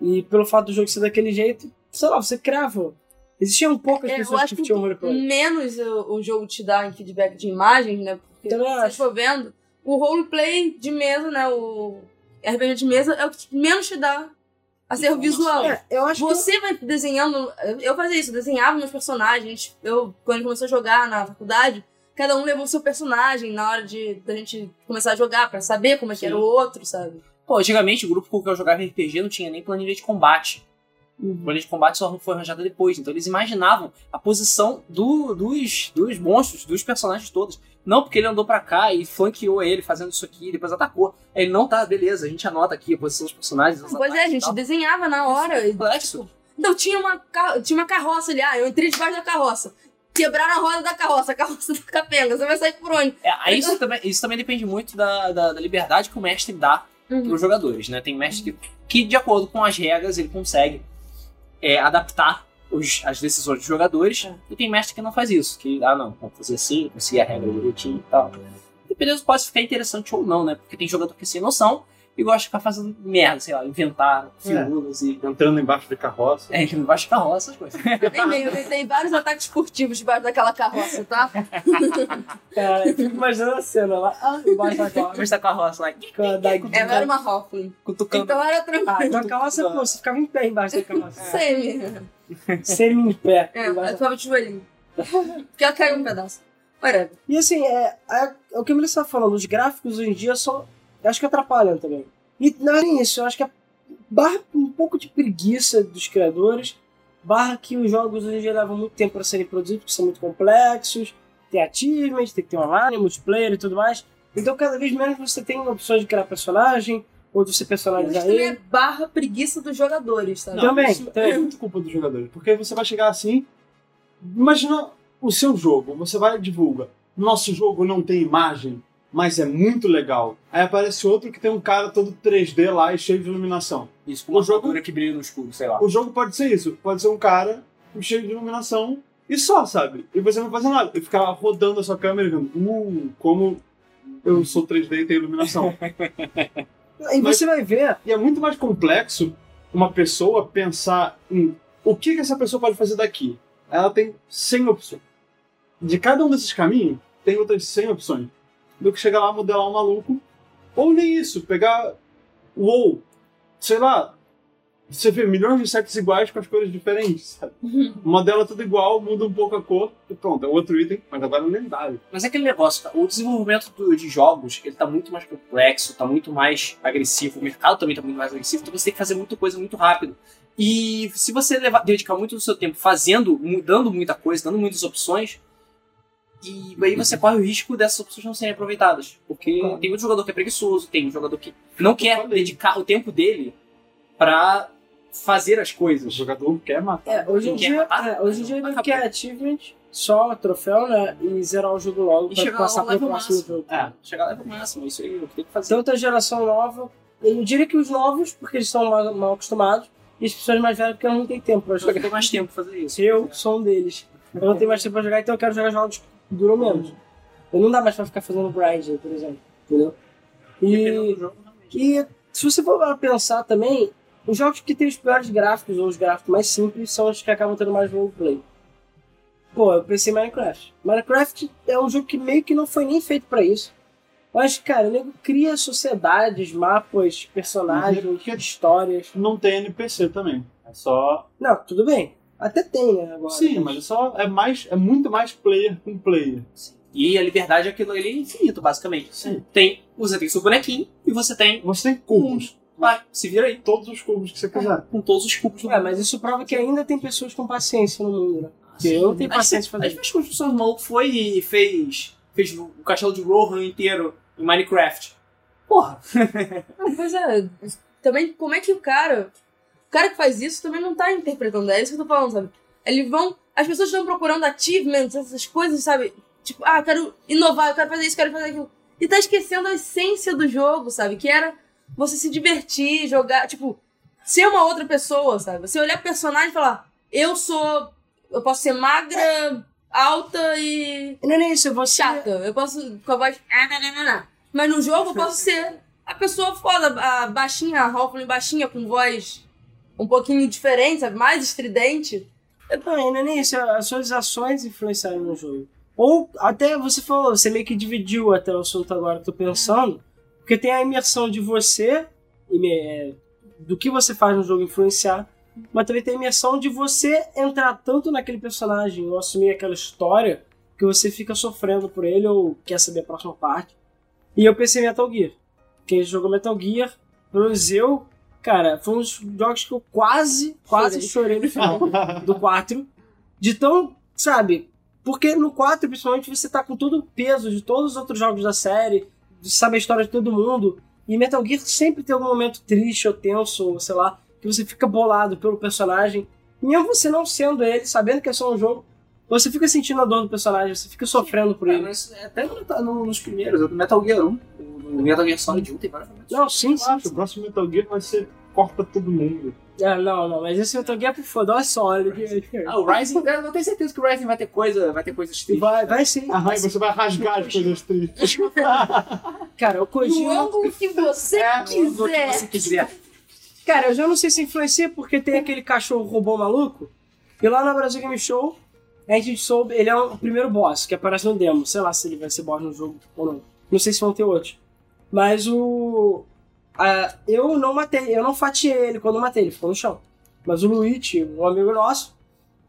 Speaker 1: e pelo fato do jogo ser daquele jeito, sei lá, você criava. Existiam poucas
Speaker 3: É, eu
Speaker 1: pessoas
Speaker 3: acho
Speaker 1: que tinham roleplay.
Speaker 3: Menos o, o jogo te dá em feedback de imagens, né? Porque
Speaker 1: Também
Speaker 3: se
Speaker 1: acho.
Speaker 3: for vendo, o roleplay de mesa, né? O RPG de mesa é o que menos te dá acervo visual.
Speaker 1: É, eu acho que.
Speaker 3: Você vai desenhando. Eu fazia isso, eu desenhava meus personagens. Eu, quando comecei a jogar na faculdade, cada um levou o seu personagem na hora de da gente começar a jogar, pra saber como é que era o outro, sabe?
Speaker 2: Pô, antigamente o grupo com que eu jogava RPG não tinha nem planilha de combate.
Speaker 3: Uhum.
Speaker 2: Planilha de combate só foi arranjada depois. Então eles imaginavam a posição do- dos, dos monstros, dos personagens todos. Não porque ele andou pra cá e flanqueou ele fazendo isso aqui, depois atacou. Ele não tá, beleza, a gente anota aqui a posição dos personagens. os
Speaker 3: Pois é,
Speaker 2: ataques
Speaker 3: a
Speaker 2: e
Speaker 3: gente
Speaker 2: tal.
Speaker 3: desenhava na hora. e-
Speaker 2: Complexo.
Speaker 3: Não, tinha uma, ca- tinha uma carroça ali. Ah, eu entrei debaixo da carroça. Quebraram a roda da carroça, a carroça do capenga. Você vai sair por onde?
Speaker 2: É, aí isso, também, isso também depende muito da, da, da liberdade que o mestre dá
Speaker 3: Uhum.
Speaker 2: pros jogadores, né? Tem mestre que, que, de acordo com as regras, ele consegue é, adaptar os- as decisões dos jogadores.
Speaker 3: É.
Speaker 2: E tem mestre que não faz isso, que, ah, não, vamos fazer assim, vamos seguir a regra direitinho e tal. Dependendo se pode ficar interessante ou não, né? Porque tem jogador que é sem noção e gosta de ficar fazendo merda, sei lá, inventar firulas e...
Speaker 4: Entrando embaixo de carroça.
Speaker 2: É, que não vai ficar roça, essas coisas.
Speaker 3: Tem, meio, tem vários ataques furtivos debaixo daquela carroça, tá?
Speaker 1: Cara, eu fico imaginando a cena lá, ah, embaixo da carroça.
Speaker 2: Vamos estar com a roça lá,
Speaker 1: com a daguinha.
Speaker 3: É, era uma Hoffman.
Speaker 2: cutucando.
Speaker 3: Então era
Speaker 1: Ah,
Speaker 3: tranquilo.
Speaker 1: então a carroça, pô, você ficava em pé embaixo da carroça.
Speaker 3: Sei, minha.
Speaker 1: Semi em pé.
Speaker 3: É,
Speaker 1: embaixo da
Speaker 3: eu tava de joelhinho. Porque ela caiu um pedaço. Olha,
Speaker 1: E assim, é, é- é o que a Melissa tá falando, os gráficos hoje em dia só. eu Acho que atrapalham também. E não é nem isso, eu acho que é barra um pouco de preguiça dos criadores, barra que os jogos hoje em dia levam muito tempo para serem produzidos, porque são muito complexos, tem achievements, tem que ter online, multiplayer e tudo mais. Então cada vez menos você tem opções de criar personagem, ou de você
Speaker 3: isso
Speaker 1: personalizar
Speaker 3: também é
Speaker 1: ele.
Speaker 3: barra preguiça dos jogadores, tá? sabe?
Speaker 1: Não. Também,
Speaker 4: isso
Speaker 1: também.
Speaker 4: é muito culpa dos jogadores. Porque você vai chegar assim. Imagina o seu jogo, você vai e divulga. Nosso jogo não tem imagem, mas é muito legal. Aí aparece outro que tem um cara todo 3D lá e cheio de iluminação.
Speaker 2: Isso, com uma
Speaker 4: O jogo-
Speaker 2: armadura que brilha no escuro, sei lá.
Speaker 4: O jogo pode ser isso, pode ser um cara cheio de iluminação e só, sabe? E você não fazer nada. E ficar rodando a sua câmera e vendo, uh, como eu sou 3D e tenho iluminação.
Speaker 1: E você vai ver,
Speaker 4: E é muito mais complexo uma pessoa pensar em o que, que essa pessoa pode fazer daqui. Ela tem 100 opções. de cada um desses caminhos, tem outras 100 opções. Do que chegar lá, modelar um maluco. Ou nem isso, pegar. Uou! Sei lá. Você vê milhões de sites iguais com as cores diferentes, sabe? Modela tudo igual, muda um pouco a cor e pronto, é outro item, mas agora é um lendário.
Speaker 2: Mas é aquele negócio, tá? o desenvolvimento do- de jogos, ele tá muito mais complexo, tá muito mais agressivo, o mercado também tá muito mais agressivo, então você tem que fazer muita coisa muito rápido. E se você levar, dedicar muito do seu tempo fazendo, mudando muita coisa, dando muitas opções, e aí você corre o risco dessas opções não serem aproveitadas. Porque
Speaker 4: Claro.
Speaker 2: tem muito jogador que é preguiçoso, tem um jogador que não quer
Speaker 4: falei.
Speaker 2: dedicar o tempo dele pra fazer as
Speaker 4: O
Speaker 2: coisas.
Speaker 4: jogador quer matar.
Speaker 1: É, hoje em
Speaker 2: Não quer
Speaker 1: dia,
Speaker 2: matar?
Speaker 1: é, hoje em dia ele
Speaker 2: Acabou.
Speaker 1: quer achievement, só troféu, né? E zerar o jogo logo
Speaker 2: E
Speaker 1: pra
Speaker 2: chegar
Speaker 1: passar
Speaker 2: ao
Speaker 1: pro
Speaker 2: level
Speaker 1: próximo
Speaker 2: máximo.
Speaker 1: jogo.
Speaker 2: É, chegar lá é o máximo, isso aí é o que tem que fazer.
Speaker 1: Então outra geração nova, eu diria que os novos, porque eles estão mal, mal acostumados, e as pessoas mais velhas porque elas não têm tempo pra
Speaker 2: Eu
Speaker 1: jogar.
Speaker 2: não tenho mais tempo pra fazer isso.
Speaker 1: Eu sou um deles. Eu não tenho mais tempo pra jogar, então eu quero jogar jogos que duram menos. Eu não dá mais pra ficar fazendo grinding, por exemplo. Entendeu?
Speaker 2: Dependendo
Speaker 1: E,
Speaker 2: do jogo, realmente.
Speaker 1: e se você for para pensar também, os jogos que têm os piores gráficos ou os gráficos mais simples são os que acabam tendo mais roleplay. Pô, eu pensei em Minecraft. Minecraft é um jogo que meio que não foi nem feito pra isso. Mas, cara, o nego cria sociedades, mapas,
Speaker 4: Uhum.
Speaker 1: personagens, histórias.
Speaker 4: Não tem NPC também. É só.
Speaker 1: Não, tudo bem. Até tem, né? Agora.
Speaker 4: Sim, mas é só. É mais. É muito mais player com player.
Speaker 2: E a liberdade é aquilo ali é infinito, basicamente.
Speaker 4: Sim.
Speaker 2: Tem, você tem seu bonequinho e você tem.
Speaker 4: Você tem cubos.
Speaker 2: Vai, se vira aí.
Speaker 4: Todos os cubos
Speaker 3: É.
Speaker 4: que você quiser.
Speaker 2: Com todos os cubos do
Speaker 1: É, mas isso prova que ainda tem pessoas com paciência no mundo, né? Porque eu não tenho
Speaker 2: Aí você-
Speaker 1: paciência pra
Speaker 2: Às
Speaker 1: fazer.
Speaker 2: vezes quando as pessoas maluco foi e fez. Fez o castelo de Rohan inteiro em Minecraft. Porra.
Speaker 3: Não, pois é. Também, como é que o cara. O cara que faz isso também não tá interpretando. É isso que eu tô falando, sabe? Eles vão. As pessoas estão procurando achievements, essas coisas, sabe? Tipo, ah, eu quero inovar, eu quero fazer isso, eu quero fazer aquilo. E tá esquecendo a essência do jogo, sabe? Que era você se divertir, jogar. Tipo, ser uma outra pessoa, sabe? Você olhar pro personagem e falar: eu sou. Eu posso ser magra, alta e
Speaker 1: Não é nem isso, você.
Speaker 3: chata. Eu posso com a voz. "Ah, não, não, não, não." Mas no jogo eu posso ser a pessoa foda, a baixinha, a Halfling baixinha, com voz um pouquinho diferente, sabe? Mais estridente.
Speaker 1: Não, não é nem isso, as suas ações influenciaram no jogo. Ou até você falou, você meio que dividiu até o assunto agora que eu tô pensando, porque tem a imersão de você, ime- é, do que você faz no jogo influenciar, mas também tem a imersão de você entrar tanto naquele personagem ou assumir aquela história que você fica sofrendo por ele ou quer saber a próxima parte. E eu pensei em Metal Gear. Quem jogou Metal Gear, pelo menos eu, cara, foi um dos jogos que eu quase, quase chorei no final do 4. De tão, sabe? Porque no 4, principalmente, você tá com todo o peso de todos os outros jogos da série, sabe a história de todo mundo. E Metal Gear sempre tem algum momento triste ou tenso, ou sei lá, que você fica bolado pelo personagem. Mesmo você não sendo ele, sabendo que é só um jogo, você fica sentindo a dor do personagem, você fica sofrendo por
Speaker 2: É,
Speaker 1: ele.
Speaker 2: mas até no- no- nos primeiros, no Metal Gear 1, no Metal Gear Solid 1 tem vários momentos.
Speaker 1: Não, sim,
Speaker 4: Eu
Speaker 1: sim.
Speaker 4: acho, o próximo Metal Gear vai ser corta todo mundo.
Speaker 1: Ah, não, não, mas esse Metal Gear por foda, é sólido.
Speaker 2: Ah, o Rising, eu tenho certeza que o Rising vai ter coisa, vai ter coisas tristes.
Speaker 1: Vai, vai sim.
Speaker 4: Ah, aí você vai rasgar as coisas tristes.
Speaker 1: Cara, o
Speaker 3: No
Speaker 1: Kojima.
Speaker 3: ângulo que você
Speaker 2: O É, que
Speaker 3: quiser.
Speaker 2: você quiser.
Speaker 1: Cara, eu já não sei se influencia porque tem aquele cachorro robô maluco. E lá na Brasil Game Show, a gente soube. Ele é o primeiro boss que aparece no demo. Sei lá se ele vai ser boss no jogo ou não. Não sei se vão ter outros. Mas o. a- eu não matei, eu não fatiei ele quando eu matei, ele ficou no chão. Mas o Luigi, um amigo nosso,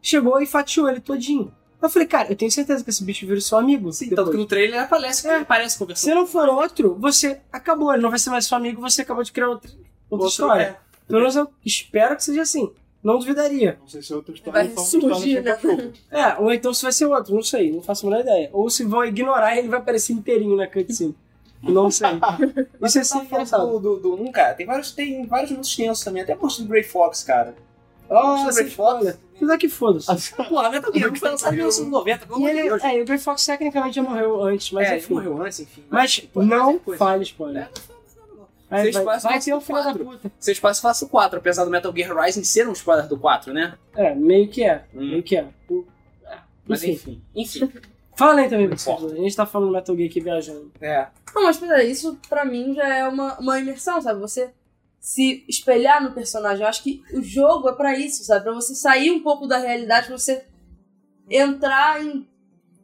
Speaker 1: chegou e fatiou ele todinho. Eu falei, cara, eu tenho certeza que esse bicho vira seu amigo.
Speaker 2: Sim,
Speaker 1: depois.
Speaker 2: tanto que no trailer aparece,
Speaker 1: É.
Speaker 2: aparece
Speaker 1: Se
Speaker 2: conversando.
Speaker 1: não for outro, você acabou, ele não vai ser mais seu amigo, você acabou de criar outra, outra
Speaker 2: Outro-
Speaker 1: história.
Speaker 2: é.
Speaker 1: Pelo menos eu espero que seja assim. Não duvidaria.
Speaker 4: Não sei se é outra história.
Speaker 3: Vai
Speaker 4: então,
Speaker 3: surgir, né?
Speaker 4: história sem cachorro.
Speaker 1: É, ou então se vai ser outro, não sei, não faço a menor ideia. Ou se vão ignorar e ele vai aparecer inteirinho na cutscene. Não sei. Isso é ser
Speaker 2: Essa foto
Speaker 1: engraçado.
Speaker 2: do, do, do um, cara, tem vários, tem vários momentos tensos também, até mostra do Grey Fox, cara.
Speaker 1: Ah,
Speaker 2: Mostra do Grey Fox.
Speaker 1: Apesar que foda-se.
Speaker 2: Ah, Porra, é Metal Gear, que foi lançado em 1990, pelo
Speaker 1: E
Speaker 2: amor de
Speaker 1: ele,
Speaker 2: Deus.
Speaker 1: é, e o Grey Fox tecnicamente já morreu antes, mas
Speaker 2: É, ele
Speaker 1: enfim.
Speaker 2: morreu antes, enfim.
Speaker 1: Mas
Speaker 2: pô,
Speaker 1: não
Speaker 2: qualquer coisa. É.
Speaker 1: fale spoiler. Aí
Speaker 2: Vocês
Speaker 1: vai,
Speaker 2: fazem
Speaker 1: vai
Speaker 2: nosso
Speaker 1: ter um filho da
Speaker 2: quadro.
Speaker 1: puta.
Speaker 2: Seu espaço faça o 4, apesar do Metal Gear Rising ser um spoiler do 4, né?
Speaker 1: É, meio que é.
Speaker 2: Hum.
Speaker 1: Meio que é. O-
Speaker 2: Mas
Speaker 1: Enfim.
Speaker 2: enfim. Enfim.
Speaker 1: Fala aí também,
Speaker 2: Não
Speaker 1: Marcelo. A gente tá falando do Metal Gear aqui viajando.
Speaker 2: É.
Speaker 3: Não, mas peraí, isso pra mim já é uma, uma imersão, sabe? Você se espelhar no personagem. Eu acho que o jogo é pra isso, sabe? Pra você sair um pouco da realidade, pra você entrar em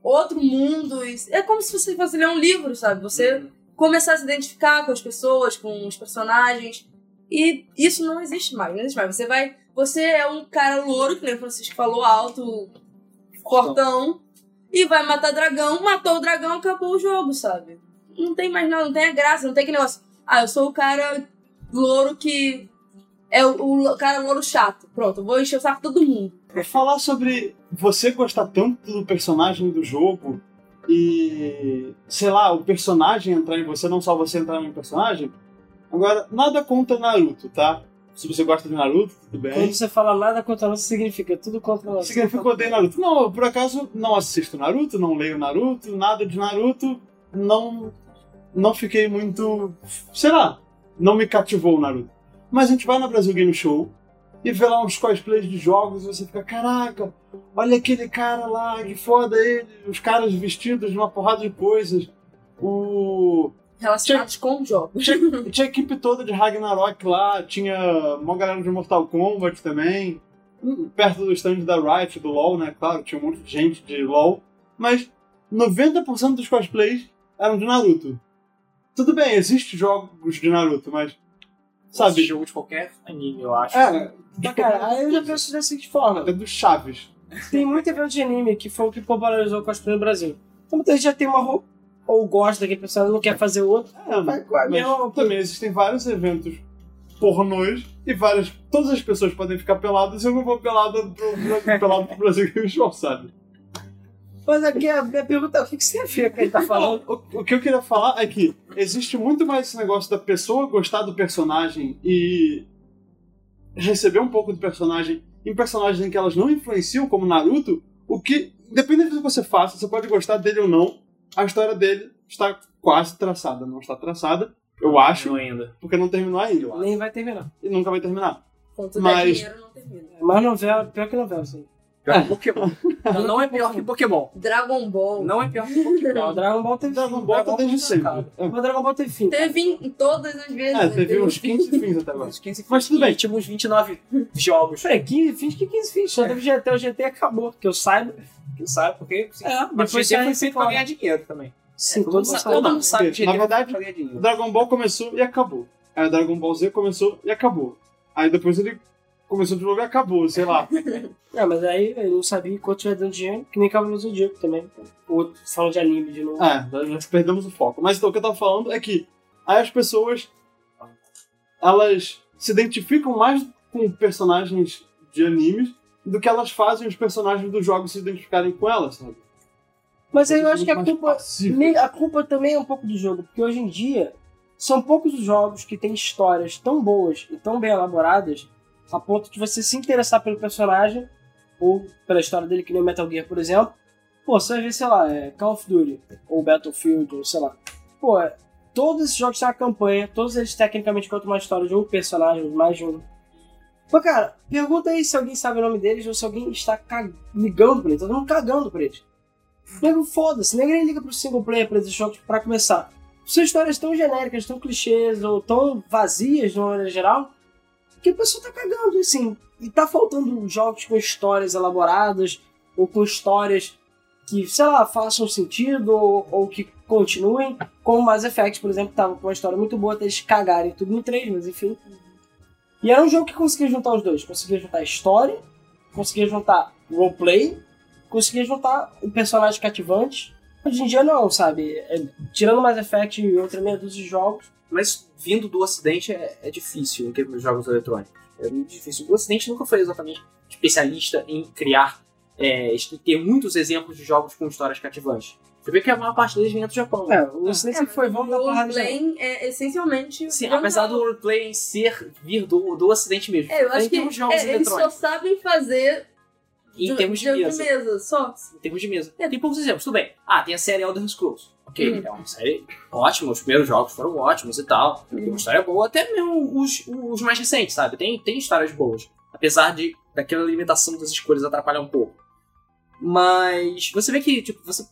Speaker 3: outro mundo. e- É como se você fosse ler um livro, sabe? Você começar a se identificar com as pessoas, com os personagens. E isso não existe mais, não existe mais. Você vai. Você é um cara louro, que nem o Francisco falou, alto, fortão, e vai matar dragão, matou o dragão, acabou o jogo, sabe? Não tem mais nada, não tem a graça, não tem aquele negócio. Ah, eu sou o cara louro que. É o, o lo- cara louro chato. Pronto, eu vou encher o saco de todo mundo.
Speaker 4: Falar sobre você gostar tanto do personagem do jogo e, sei lá, o personagem entrar em você, não só você entrar em um personagem. Agora, nada contra Naruto, tá? Se você gosta de Naruto, tudo
Speaker 2: É.
Speaker 1: Quando
Speaker 4: bem.
Speaker 1: você fala nada contra nós, significa tudo contra nós.
Speaker 4: Significa que eu odeio Naruto. Não, eu, por acaso, não assisto Naruto, não leio Naruto, nada de Naruto. Não, não fiquei muito, sei lá, não me cativou o Naruto. Mas a gente vai na Brasil Game Show e vê lá uns cosplays de jogos e você fica, caraca, olha aquele cara lá, que foda ele, os caras vestidos de uma porrada de coisas. O
Speaker 3: Relacionados com o jogo.
Speaker 4: tinha, tinha a equipe toda de Ragnarok lá, tinha uma galera de Mortal Kombat também. Hum, Perto do stand da Riot, do LoL, né? Claro, tinha um monte de gente de LoL. Mas 90% dos cosplays eram de Naruto. Tudo bem, existem jogos de Naruto, mas.
Speaker 2: Sabe?
Speaker 4: Sabe?
Speaker 2: Jogo de qualquer anime, eu acho.
Speaker 4: É,
Speaker 1: Mas, cara, aí eu já penso da seguinte forma.
Speaker 4: é do Chaves.
Speaker 1: Tem muito evento de anime que foi o que popularizou o cosplay no Brasil. Então muita gente já tem uma roupa, ou gosta daquele personagem, não quer fazer outro.
Speaker 4: É,
Speaker 1: Vai com a
Speaker 4: mas
Speaker 1: mesma-
Speaker 4: também existem vários eventos pornôs e várias. Todas as pessoas podem ficar peladas, eu não vou pelada pro, pelado pro Brasil Game Show, sabe?
Speaker 1: Mas aqui a minha pergunta é, o que que você vê que ele tá falando?
Speaker 4: Não, o, o que eu queria falar é que existe muito mais esse negócio da pessoa gostar do personagem e receber um pouco do personagem em personagens em que elas não influenciam, como Naruto, o que, independente do que você faça, você pode gostar dele ou não, a história dele está quase traçada. Não está traçada, eu acho,
Speaker 2: Não ainda.
Speaker 4: porque não terminou ainda. eu acho.
Speaker 1: Nem vai terminar.
Speaker 4: E nunca vai terminar.
Speaker 3: Quando tu der
Speaker 4: Mas-
Speaker 3: dinheiro, não termina.
Speaker 1: É mais novela, pior que novela, assim.
Speaker 2: Pior que Pokémon. não, não é pior que Pokémon.
Speaker 3: Dragon Ball.
Speaker 2: Não é pior que Pokémon.
Speaker 1: Não, Dragon Ball teve
Speaker 4: Dragon
Speaker 1: fim.
Speaker 4: Ball tá
Speaker 1: foi
Speaker 4: desde sempre.
Speaker 1: sacado. Mas Dragon Ball teve fim.
Speaker 3: Teve em todas as vezes.
Speaker 2: Ah,
Speaker 4: É,
Speaker 3: né?
Speaker 4: teve
Speaker 2: um
Speaker 4: uns 15 fins até agora.
Speaker 2: Uns 15
Speaker 4: Mas tudo
Speaker 2: fins,
Speaker 4: bem.
Speaker 2: Tipo uns 29 jogos.
Speaker 1: Peraí, 15 fins, é que 15 fins? Só teve GT, o GT acabou, que eu saiba.
Speaker 2: Que sabe? Porque assim,
Speaker 1: É,
Speaker 2: mas
Speaker 1: depois
Speaker 2: GTA
Speaker 1: saiu
Speaker 2: foi feito pra
Speaker 1: fora.
Speaker 2: ganhar dinheiro também.
Speaker 1: Sim,
Speaker 2: Todo mundo
Speaker 1: todos
Speaker 2: sabe-
Speaker 1: saíram.
Speaker 2: todo mundo sabe que
Speaker 4: Na
Speaker 2: GTA
Speaker 4: verdade,
Speaker 2: foi pra ganhar dinheiro.
Speaker 4: Dragon Ball começou e acabou. Aí Dragon Ball Z começou e acabou. Aí depois ele começou de novo e acabou, sei lá.
Speaker 1: Não, Ah, mas aí ele não sabia quanto tinha dando dinheiro, que nem Cavaleiro do Zodíaco também. Outro, falando de anime de novo.
Speaker 4: É, nós- nós perdemos o foco. Mas então, o que eu tava falando é que aí as pessoas elas se identificam mais com personagens de animes do que elas fazem os personagens dos jogos se identificarem com elas, sabe?
Speaker 1: Mas aí eu acho que a
Speaker 4: Mais
Speaker 1: culpa,
Speaker 4: passivo.
Speaker 1: nem- a culpa também é um pouco do jogo, porque hoje em dia são poucos os jogos que têm histórias tão boas e tão bem elaboradas a ponto de você se interessar pelo personagem ou pela história dele, que nem o Metal Gear, por exemplo. Pô, você vai ver, sei lá, é Call of Duty ou Battlefield, ou sei lá. Pô, é- todos esses jogos têm uma campanha, todos eles tecnicamente contam uma história de um personagem, ou mais de um. Mas, cara, pergunta aí se alguém sabe o nome deles ou se alguém está cag- ligando pra eles, todo mundo cagando pra eles. Nego foda-se, nego nem liga pro single player pra esses jogos pra começar. São histórias tão genéricas, tão clichês ou tão vazias de uma maneira geral, que a pessoa tá cagando, assim. E tá faltando jogos com histórias elaboradas, ou com histórias que, sei lá, façam sentido, ou, ou que continuem. Como Mass Effect, por exemplo, tava com uma história muito boa até eles cagarem tudo no 3, mas enfim. E era um jogo que conseguia juntar os dois. Conseguia juntar a história, conseguia juntar roleplay, conseguia juntar um personagem cativante. Hoje em dia não, sabe? É, tirando Mass Effect e outra meia dúzia de jogos,
Speaker 2: Mas vindo do Ocidente é, é difícil em termos de jogos eletrônicos. É muito difícil. O Ocidente nunca foi exatamente especialista em criar, é, est- ter muitos exemplos de jogos com histórias cativantes. Você vê que a maior parte deles vem do Japão.
Speaker 1: É, o Ocidente sempre foi vamos dar porrada de gente.
Speaker 3: Roleplay é essencialmente.
Speaker 2: Sim,
Speaker 3: não-
Speaker 2: apesar do roleplay em ser vir do, do Ocidente mesmo.
Speaker 3: É, eu acho
Speaker 2: em
Speaker 3: que
Speaker 2: termos de jogos
Speaker 3: é, eles só
Speaker 2: eletrônicos.
Speaker 3: sabem fazer um
Speaker 2: Em
Speaker 3: jo-
Speaker 2: termos de
Speaker 3: jogo
Speaker 2: mesa.
Speaker 3: só.
Speaker 2: Em termos de mesa. É, tem poucos exemplos, tudo bem. Ah, tem a série Elder Scrolls. Ok,
Speaker 3: Hum.
Speaker 2: é uma série ótima, os primeiros jogos foram ótimos e tal. Tem uma história boa, até mesmo os, os mais recentes, sabe? Tem, tem histórias boas. Apesar de daquela limitação das escolhas atrapalhar um pouco. Mas você vê que, tipo, você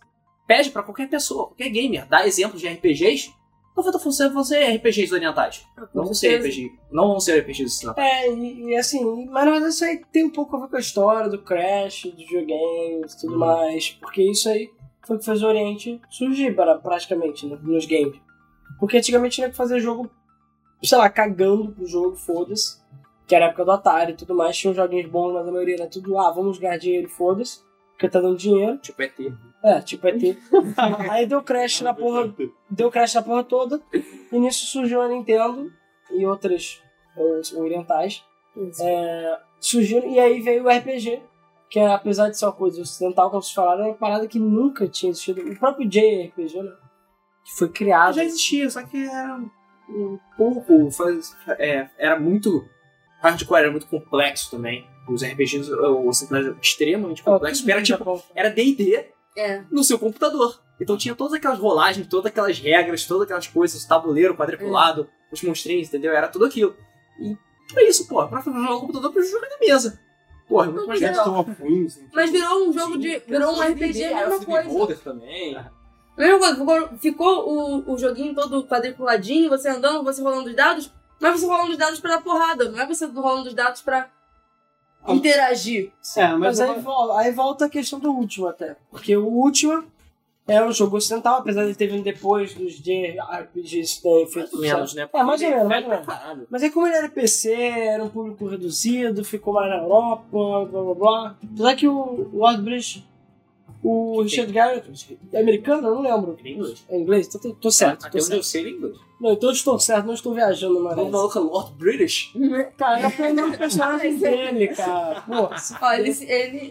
Speaker 2: pede pra qualquer pessoa, qualquer gamer, dar exemplos de RPGs. Não vai você fazer RPGs orientais. Não vão ser RPG. Não vão ser RPGs ocidentais.
Speaker 1: É, e, e assim, mas na verdade isso aí tem um pouco a ver com a história do Crash, dos videogames e tudo mais, porque isso aí foi o que fez o Oriente surgir pra- praticamente né, nos games. Porque antigamente tinha que fazer jogo, sei lá, cagando pro jogo, foda-se. Que era a época do Atari e tudo mais, tinha uns joguinhos bons, mas a maioria era tudo, ah, vamos ganhar dinheiro, foda-se, porque tá dando dinheiro.
Speaker 2: Tipo ET.
Speaker 1: É, tipo ET. Aí deu crash na porra, deu crash na porra toda, e nisso surgiu a Nintendo e outras é, os orientais
Speaker 2: É.
Speaker 1: surgiram, e aí veio o RPG, que é, apesar de ser uma coisa ocidental, como vocês falaram, é uma parada que nunca tinha existido. O próprio JRPG, né? Que foi criado.
Speaker 2: Ah, Já existia, só que era um pouco. faz- é, era muito hardcore, era muito complexo também. Os RPGs ocidentais eram extremamente
Speaker 1: Ó,
Speaker 2: complexos.
Speaker 1: tudo
Speaker 2: Era
Speaker 1: já
Speaker 2: tipo.
Speaker 1: bom.
Speaker 2: Era DD
Speaker 3: É.
Speaker 2: no seu computador. Então tinha todas aquelas rolagens, todas aquelas regras, todas aquelas coisas, tabuleiro quadriculado,
Speaker 3: É.
Speaker 2: os monstrinhos, entendeu? Era tudo aquilo. E pra isso, pô, pra jogar no computador, pra jogar na mesa. Porra, é muito mais legal.
Speaker 4: Castle of Winds. né?
Speaker 3: Mas virou um jogo de. Virou um RPG, a mesma coisa.
Speaker 2: Holder também.
Speaker 3: A mesma coisa, ficou, ficou o, o joguinho todo quadriculadinho, você andando, você rolando os dados, mas você rolando os dados pra dar porrada, não é você rolando os dados pra interagir.
Speaker 4: É,
Speaker 1: Mas,
Speaker 4: mas,
Speaker 1: aí, vol- aí volta a questão do último até. Porque o último é um jogo ocidental, apesar de ter vindo depois dos JRPGs que tem feito sucesso.
Speaker 2: né?
Speaker 1: É, mais ou menos, mais ou menos.
Speaker 2: menos.
Speaker 1: Mas aí como ele era PC, era um público reduzido, ficou mais na Europa, blá blá blá. Apesar que o Lord Bridge, o Richard Garrett, é americano? Eu não lembro.
Speaker 2: Ele é inglês.
Speaker 1: É inglês? Então tô, tô certo, tô
Speaker 2: Até onde
Speaker 1: certo.
Speaker 2: eu sei, ele é inglês.
Speaker 1: Não, então eu estou certo, não estou viajando,
Speaker 2: O
Speaker 1: mano.
Speaker 2: maluco é Lord British.
Speaker 1: Cara, eu aprendi o personagem dele, cara. Pô, se
Speaker 3: Ó, ele, se- ele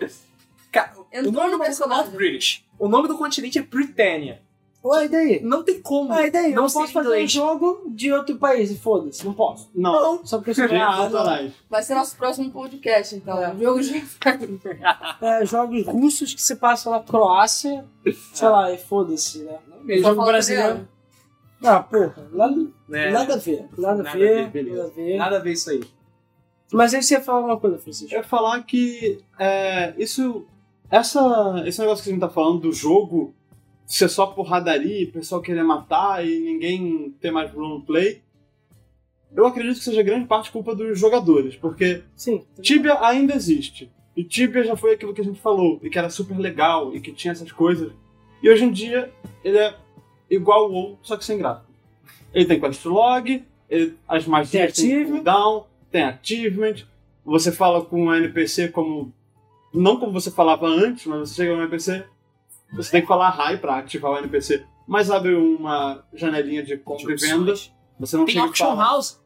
Speaker 2: Cara, o
Speaker 3: entrou no
Speaker 2: nome do maluco é Lord
Speaker 3: personagem.
Speaker 2: British. O nome do continente é Britannia.
Speaker 1: Ué, e daí?
Speaker 2: Não tem como.
Speaker 1: Ah, e daí?
Speaker 2: Não
Speaker 1: eu
Speaker 2: sei
Speaker 1: posso fazer um
Speaker 2: inglês.
Speaker 1: jogo de outro país, e foda-se, não posso.
Speaker 4: Não,
Speaker 1: Só porque eu sou
Speaker 4: gente,
Speaker 1: ah, não.
Speaker 4: Satanás.
Speaker 3: Vai ser nosso próximo podcast, então.
Speaker 1: É.
Speaker 3: O jogo de.
Speaker 1: É, jogos russos que se passam na Croácia, sei lá, e foda-se, né?
Speaker 2: Ah,
Speaker 1: Jogo
Speaker 3: fala
Speaker 1: brasileiro. Ah, porra, nada,
Speaker 2: Né?
Speaker 1: nada a ver, nada,
Speaker 2: Nada
Speaker 1: a
Speaker 2: a
Speaker 1: ver,
Speaker 2: ver, beleza.
Speaker 1: nada a ver.
Speaker 2: Nada a ver isso aí.
Speaker 1: Mas aí você ia falar uma coisa, Francisco.
Speaker 4: Eu ia falar que é, isso. Essa, esse negócio que a gente tá falando do jogo ser só porradaria, e o pessoal querer matar e ninguém ter mais roleplay, eu acredito que seja grande parte culpa dos jogadores, porque
Speaker 1: Sim.
Speaker 4: Tibia ainda existe. E Tibia já foi aquilo que a gente falou, e que era super legal, e que tinha essas coisas. E hoje em dia, ele é igual ao WoW, só que sem gráfico. Ele tem quest log, ele- as
Speaker 1: Tem
Speaker 4: magias tem
Speaker 1: achievement.
Speaker 4: cooldown, tem achievement. Você fala com um NPC como... Não como você falava antes, mas você chega no NPC, você tem que falar hi pra ativar o NPC. Mas abre uma janelinha de compra e venda. Você não
Speaker 2: Tipo Tem
Speaker 4: chega e
Speaker 2: Auction
Speaker 4: fala-
Speaker 2: House.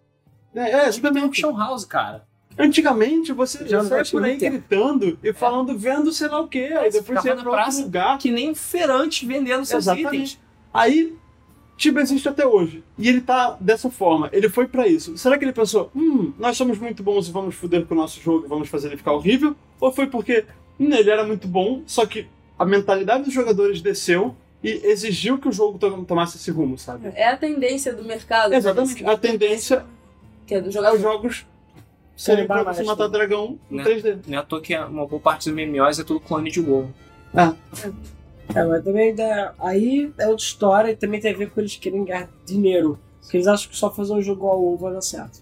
Speaker 4: É, é,
Speaker 2: Tem
Speaker 4: exatamente.
Speaker 2: Auction House, cara.
Speaker 4: Antigamente você
Speaker 1: Já
Speaker 4: já
Speaker 1: não
Speaker 4: saia
Speaker 1: bate
Speaker 4: por aí
Speaker 1: muito tempo.
Speaker 4: gritando e falando, vendo sei lá o que, aí
Speaker 2: você
Speaker 4: depois
Speaker 2: ficava
Speaker 4: você ia
Speaker 2: na
Speaker 4: pra outro
Speaker 2: praça.
Speaker 4: lugar.
Speaker 2: Que nem um feirante vendendo seus
Speaker 4: Exatamente.
Speaker 2: itens.
Speaker 4: Aí, Tibia existe até hoje. E ele tá dessa forma, ele foi pra isso. Será que ele pensou, hum, nós somos muito bons e vamos foder com o nosso jogo e vamos fazer ele ficar horrível? Ou foi porque hum, ele era muito bom, só que a mentalidade dos jogadores desceu e exigiu que o jogo to- tomasse esse rumo, sabe? É,
Speaker 3: É a tendência do mercado.
Speaker 4: Exatamente. A tendência
Speaker 3: Que é do
Speaker 4: é os
Speaker 3: jogador.
Speaker 4: jogos serem pra
Speaker 1: Lembrar
Speaker 4: você
Speaker 1: mais,
Speaker 4: matar
Speaker 1: né?
Speaker 4: dragão em
Speaker 2: Né?
Speaker 4: 3D.
Speaker 2: Não é à toa que uma boa parte dos MMOs é tudo clone de WoW.
Speaker 1: É, mas também dá, aí é outra história e também tem a ver com eles querem ganhar dinheiro. Porque eles acham que só fazer um jogo ao ovo vai dar certo.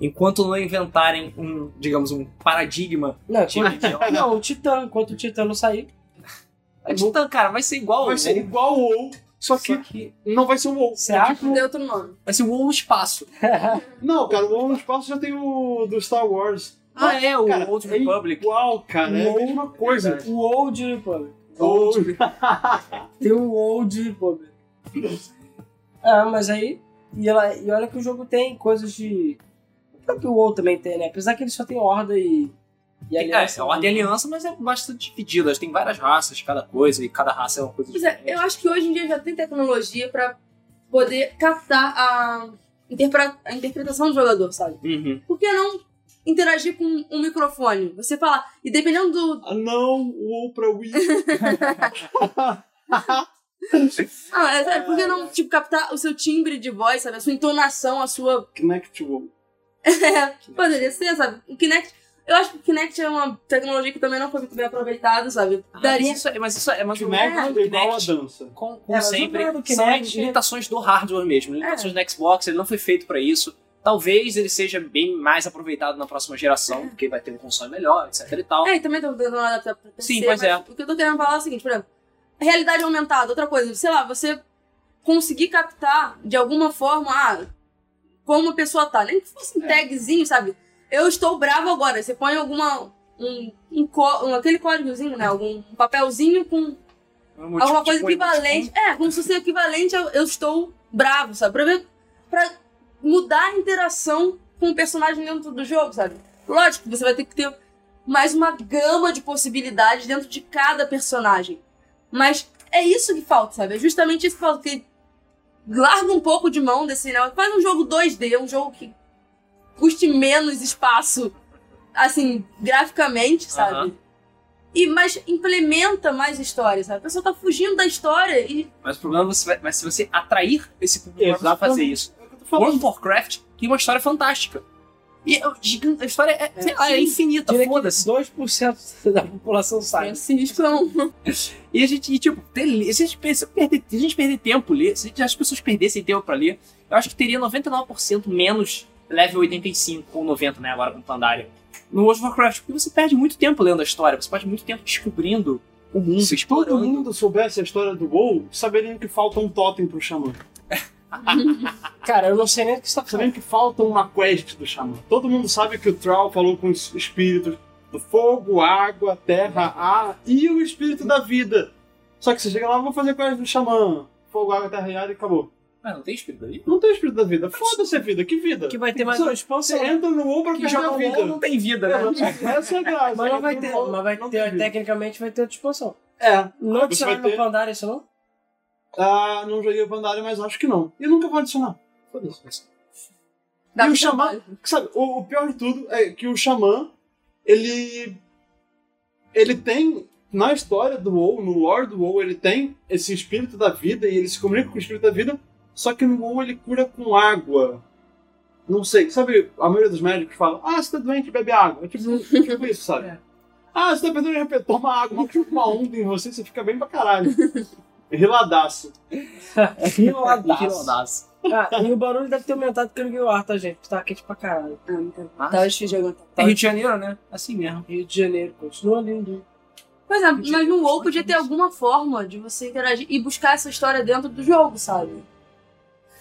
Speaker 2: Enquanto não inventarem um, digamos, um paradigma
Speaker 1: Não,
Speaker 2: de
Speaker 1: tinha... não o Titã, enquanto o Titã não sair,
Speaker 2: É Titã, cara, vai ser igual né?
Speaker 4: Vai
Speaker 2: ao
Speaker 4: ser
Speaker 2: WoW,
Speaker 4: igual o WoW, só que
Speaker 2: só que
Speaker 4: não vai ser o WoW.
Speaker 1: você acha?
Speaker 3: Deu outro nome.
Speaker 2: vai ser o WoW espaço.
Speaker 4: Não, cara, o WoW no espaço já tem o do Star Wars.
Speaker 2: Ah, é, o
Speaker 4: Cara,
Speaker 2: Old
Speaker 4: é
Speaker 2: Republic.
Speaker 4: Igual, cara, é a
Speaker 1: WoW.
Speaker 4: mesma coisa. tipo,
Speaker 1: O Old Republic.
Speaker 4: Ou-
Speaker 1: Tem o Old Republic. Ah, mas aí. E, ela, e olha que o jogo tem coisas de. O próprio WoW também tem, né? Apesar que ele só tem horda e. e
Speaker 2: Tem, é, é a ordem e aliança, mas é bastante dividida. Tem várias raças, cada coisa, e cada raça é uma coisa
Speaker 3: Pois é,
Speaker 2: diferente.
Speaker 3: eu acho que hoje em dia já tem tecnologia pra poder captar a, interpre- a interpretação do jogador, sabe?
Speaker 2: Uhum.
Speaker 3: Por que não interagir com um microfone? Você fala, e dependendo do.
Speaker 4: Ah, não, o WoW pra Wii. é
Speaker 3: Ah, é sério, por que não, tipo, captar o seu timbre de voz, sabe? A sua entonação, a sua. é,
Speaker 4: Connect WoW.
Speaker 3: Poderia ser, sabe? O Kinect. Eu acho que o Kinect é uma tecnologia que também não foi muito bem aproveitada, sabe?
Speaker 2: Ah, mas,
Speaker 3: Daria.
Speaker 2: isso, é- mas isso é mais ou menos
Speaker 4: Connect é igual a dança.
Speaker 2: com,
Speaker 1: É,
Speaker 2: com
Speaker 1: mas o
Speaker 2: sempre.
Speaker 1: problema do
Speaker 2: São
Speaker 1: Kinect-
Speaker 2: limitações do hardware mesmo. Limitações do Xbox, ele não foi feito pra isso. Talvez ele seja bem mais aproveitado na próxima geração, porque vai ter um console melhor, etc e tal.
Speaker 3: É, e É, também tô tentando adaptar pra PC,
Speaker 2: Sim, pois
Speaker 3: mas
Speaker 2: é.
Speaker 3: O que eu tô querendo falar é o seguinte, por exemplo. realidade aumentada, outra coisa, sei lá, você conseguir captar de alguma forma ah, como a pessoa tá. Nem que fosse
Speaker 2: É.
Speaker 3: um tagzinho, sabe? Eu estou bravo agora. Você põe alguma. Um, um, có- um- aquele códigozinho, né? Algum papelzinho com
Speaker 2: um
Speaker 3: alguma coisa
Speaker 2: tipo,
Speaker 3: equivalente. É, como se fosse equivalente ao eu estou bravo, sabe? Pra, ver, pra mudar a interação com o personagem dentro do jogo, sabe? Lógico, você vai ter que ter mais uma gama de possibilidades dentro de cada personagem. Mas é isso que falta, sabe? É justamente isso que falta. Que larga um pouco de mão desse, né? Faz um jogo 2D, um jogo que custe menos espaço, assim, graficamente, sabe?
Speaker 2: Aham.
Speaker 3: E, mas implementa mais história, sabe? A pessoa tá fugindo da história e.
Speaker 2: Mas o problema é você vai- mas se você atrair esse público, vai precisar
Speaker 4: Exatamente. É
Speaker 2: fazer isso. World of Warcraft tem uma história fantástica. E é gigante- a história é, sei lá, é
Speaker 1: sim.
Speaker 2: infinita,
Speaker 1: Diria que
Speaker 2: foda-se.
Speaker 1: 2% da população sabe.
Speaker 3: É sinistro, não.
Speaker 2: E a gente, e, tipo, ter, li- se, a gente, per- se, eu perder- se a gente perder tempo ler, se as pessoas perdessem tempo pra ler, eu acho que teria 99% menos level 85 ou 90, né, agora com Pandaria. No World of Warcraft, porque você perde muito tempo lendo a história, você perde muito tempo descobrindo o mundo,
Speaker 4: Se todo
Speaker 2: explorando.
Speaker 4: mundo soubesse a história do WoW, saberiam que falta um totem pro Xamã.
Speaker 1: Cara, eu não sei nem o que você tá falando.
Speaker 4: Saberiam que falta uma quest do Xamã. Todo mundo sabe que o Troll falou com os espíritos do fogo, água, terra, ar e o espírito da vida. Só que você chega lá, vou fazer quest do Xamã. Fogo, água, terra e ar e acabou.
Speaker 2: Ah, não tem espírito ali?
Speaker 4: Não tem espírito da vida. Foda-se a vida, que vida?
Speaker 1: Que vai ter mais
Speaker 4: Você-
Speaker 1: uma expansão.
Speaker 4: Você entra no WoW pra
Speaker 2: Que
Speaker 4: perder
Speaker 2: joga
Speaker 4: a
Speaker 2: o
Speaker 4: vida.
Speaker 2: WoW não tem vida, né?
Speaker 4: Essa é a graça.
Speaker 1: Mas não vai ter,
Speaker 4: Não-
Speaker 1: mas vai
Speaker 4: não
Speaker 1: ter,
Speaker 4: tem vida.
Speaker 1: tecnicamente vai ter outra expansão.
Speaker 4: É.
Speaker 1: Não
Speaker 4: Você
Speaker 1: adicionaram
Speaker 4: vai
Speaker 1: no
Speaker 4: ter-
Speaker 1: Pandaria isso não?
Speaker 4: Ah, não joguei o Pandaria, mas acho que não. E nunca vou adicionar. Foda-se.
Speaker 3: Dá
Speaker 4: E
Speaker 3: pra né?
Speaker 4: o Xamã,
Speaker 3: trabalho.
Speaker 4: sabe, o, o pior de tudo é que o Xamã, ele. Ele tem, na história do WoW, no lore do WoW, ele tem esse espírito da vida e ele se comunica com o espírito da vida, só que no WoW ele cura com água. Não sei, sabe, a maioria dos médicos fala, ah, você tá doente, bebe água. É tipo, tipo isso, sabe?
Speaker 2: É.
Speaker 4: Ah, você tá perdendo RP, toma água, mas tipo uma onda em você, você fica bem pra caralho. Reladaço.
Speaker 2: É,
Speaker 1: Riladaço. Ah, e o barulho deve ter aumentado porque eu liguei o ar, tá, gente? Tá quente pra caralho.
Speaker 3: Ah, então.
Speaker 2: Mas-
Speaker 1: Tá,
Speaker 3: Tava difícil de aguentar.
Speaker 2: É Rio de Janeiro, né? Assim mesmo.
Speaker 1: Rio de Janeiro, continua lindo.
Speaker 3: Pois é, mas no WoW podia ter alguma forma de você interagir e buscar essa história dentro do jogo, sabe?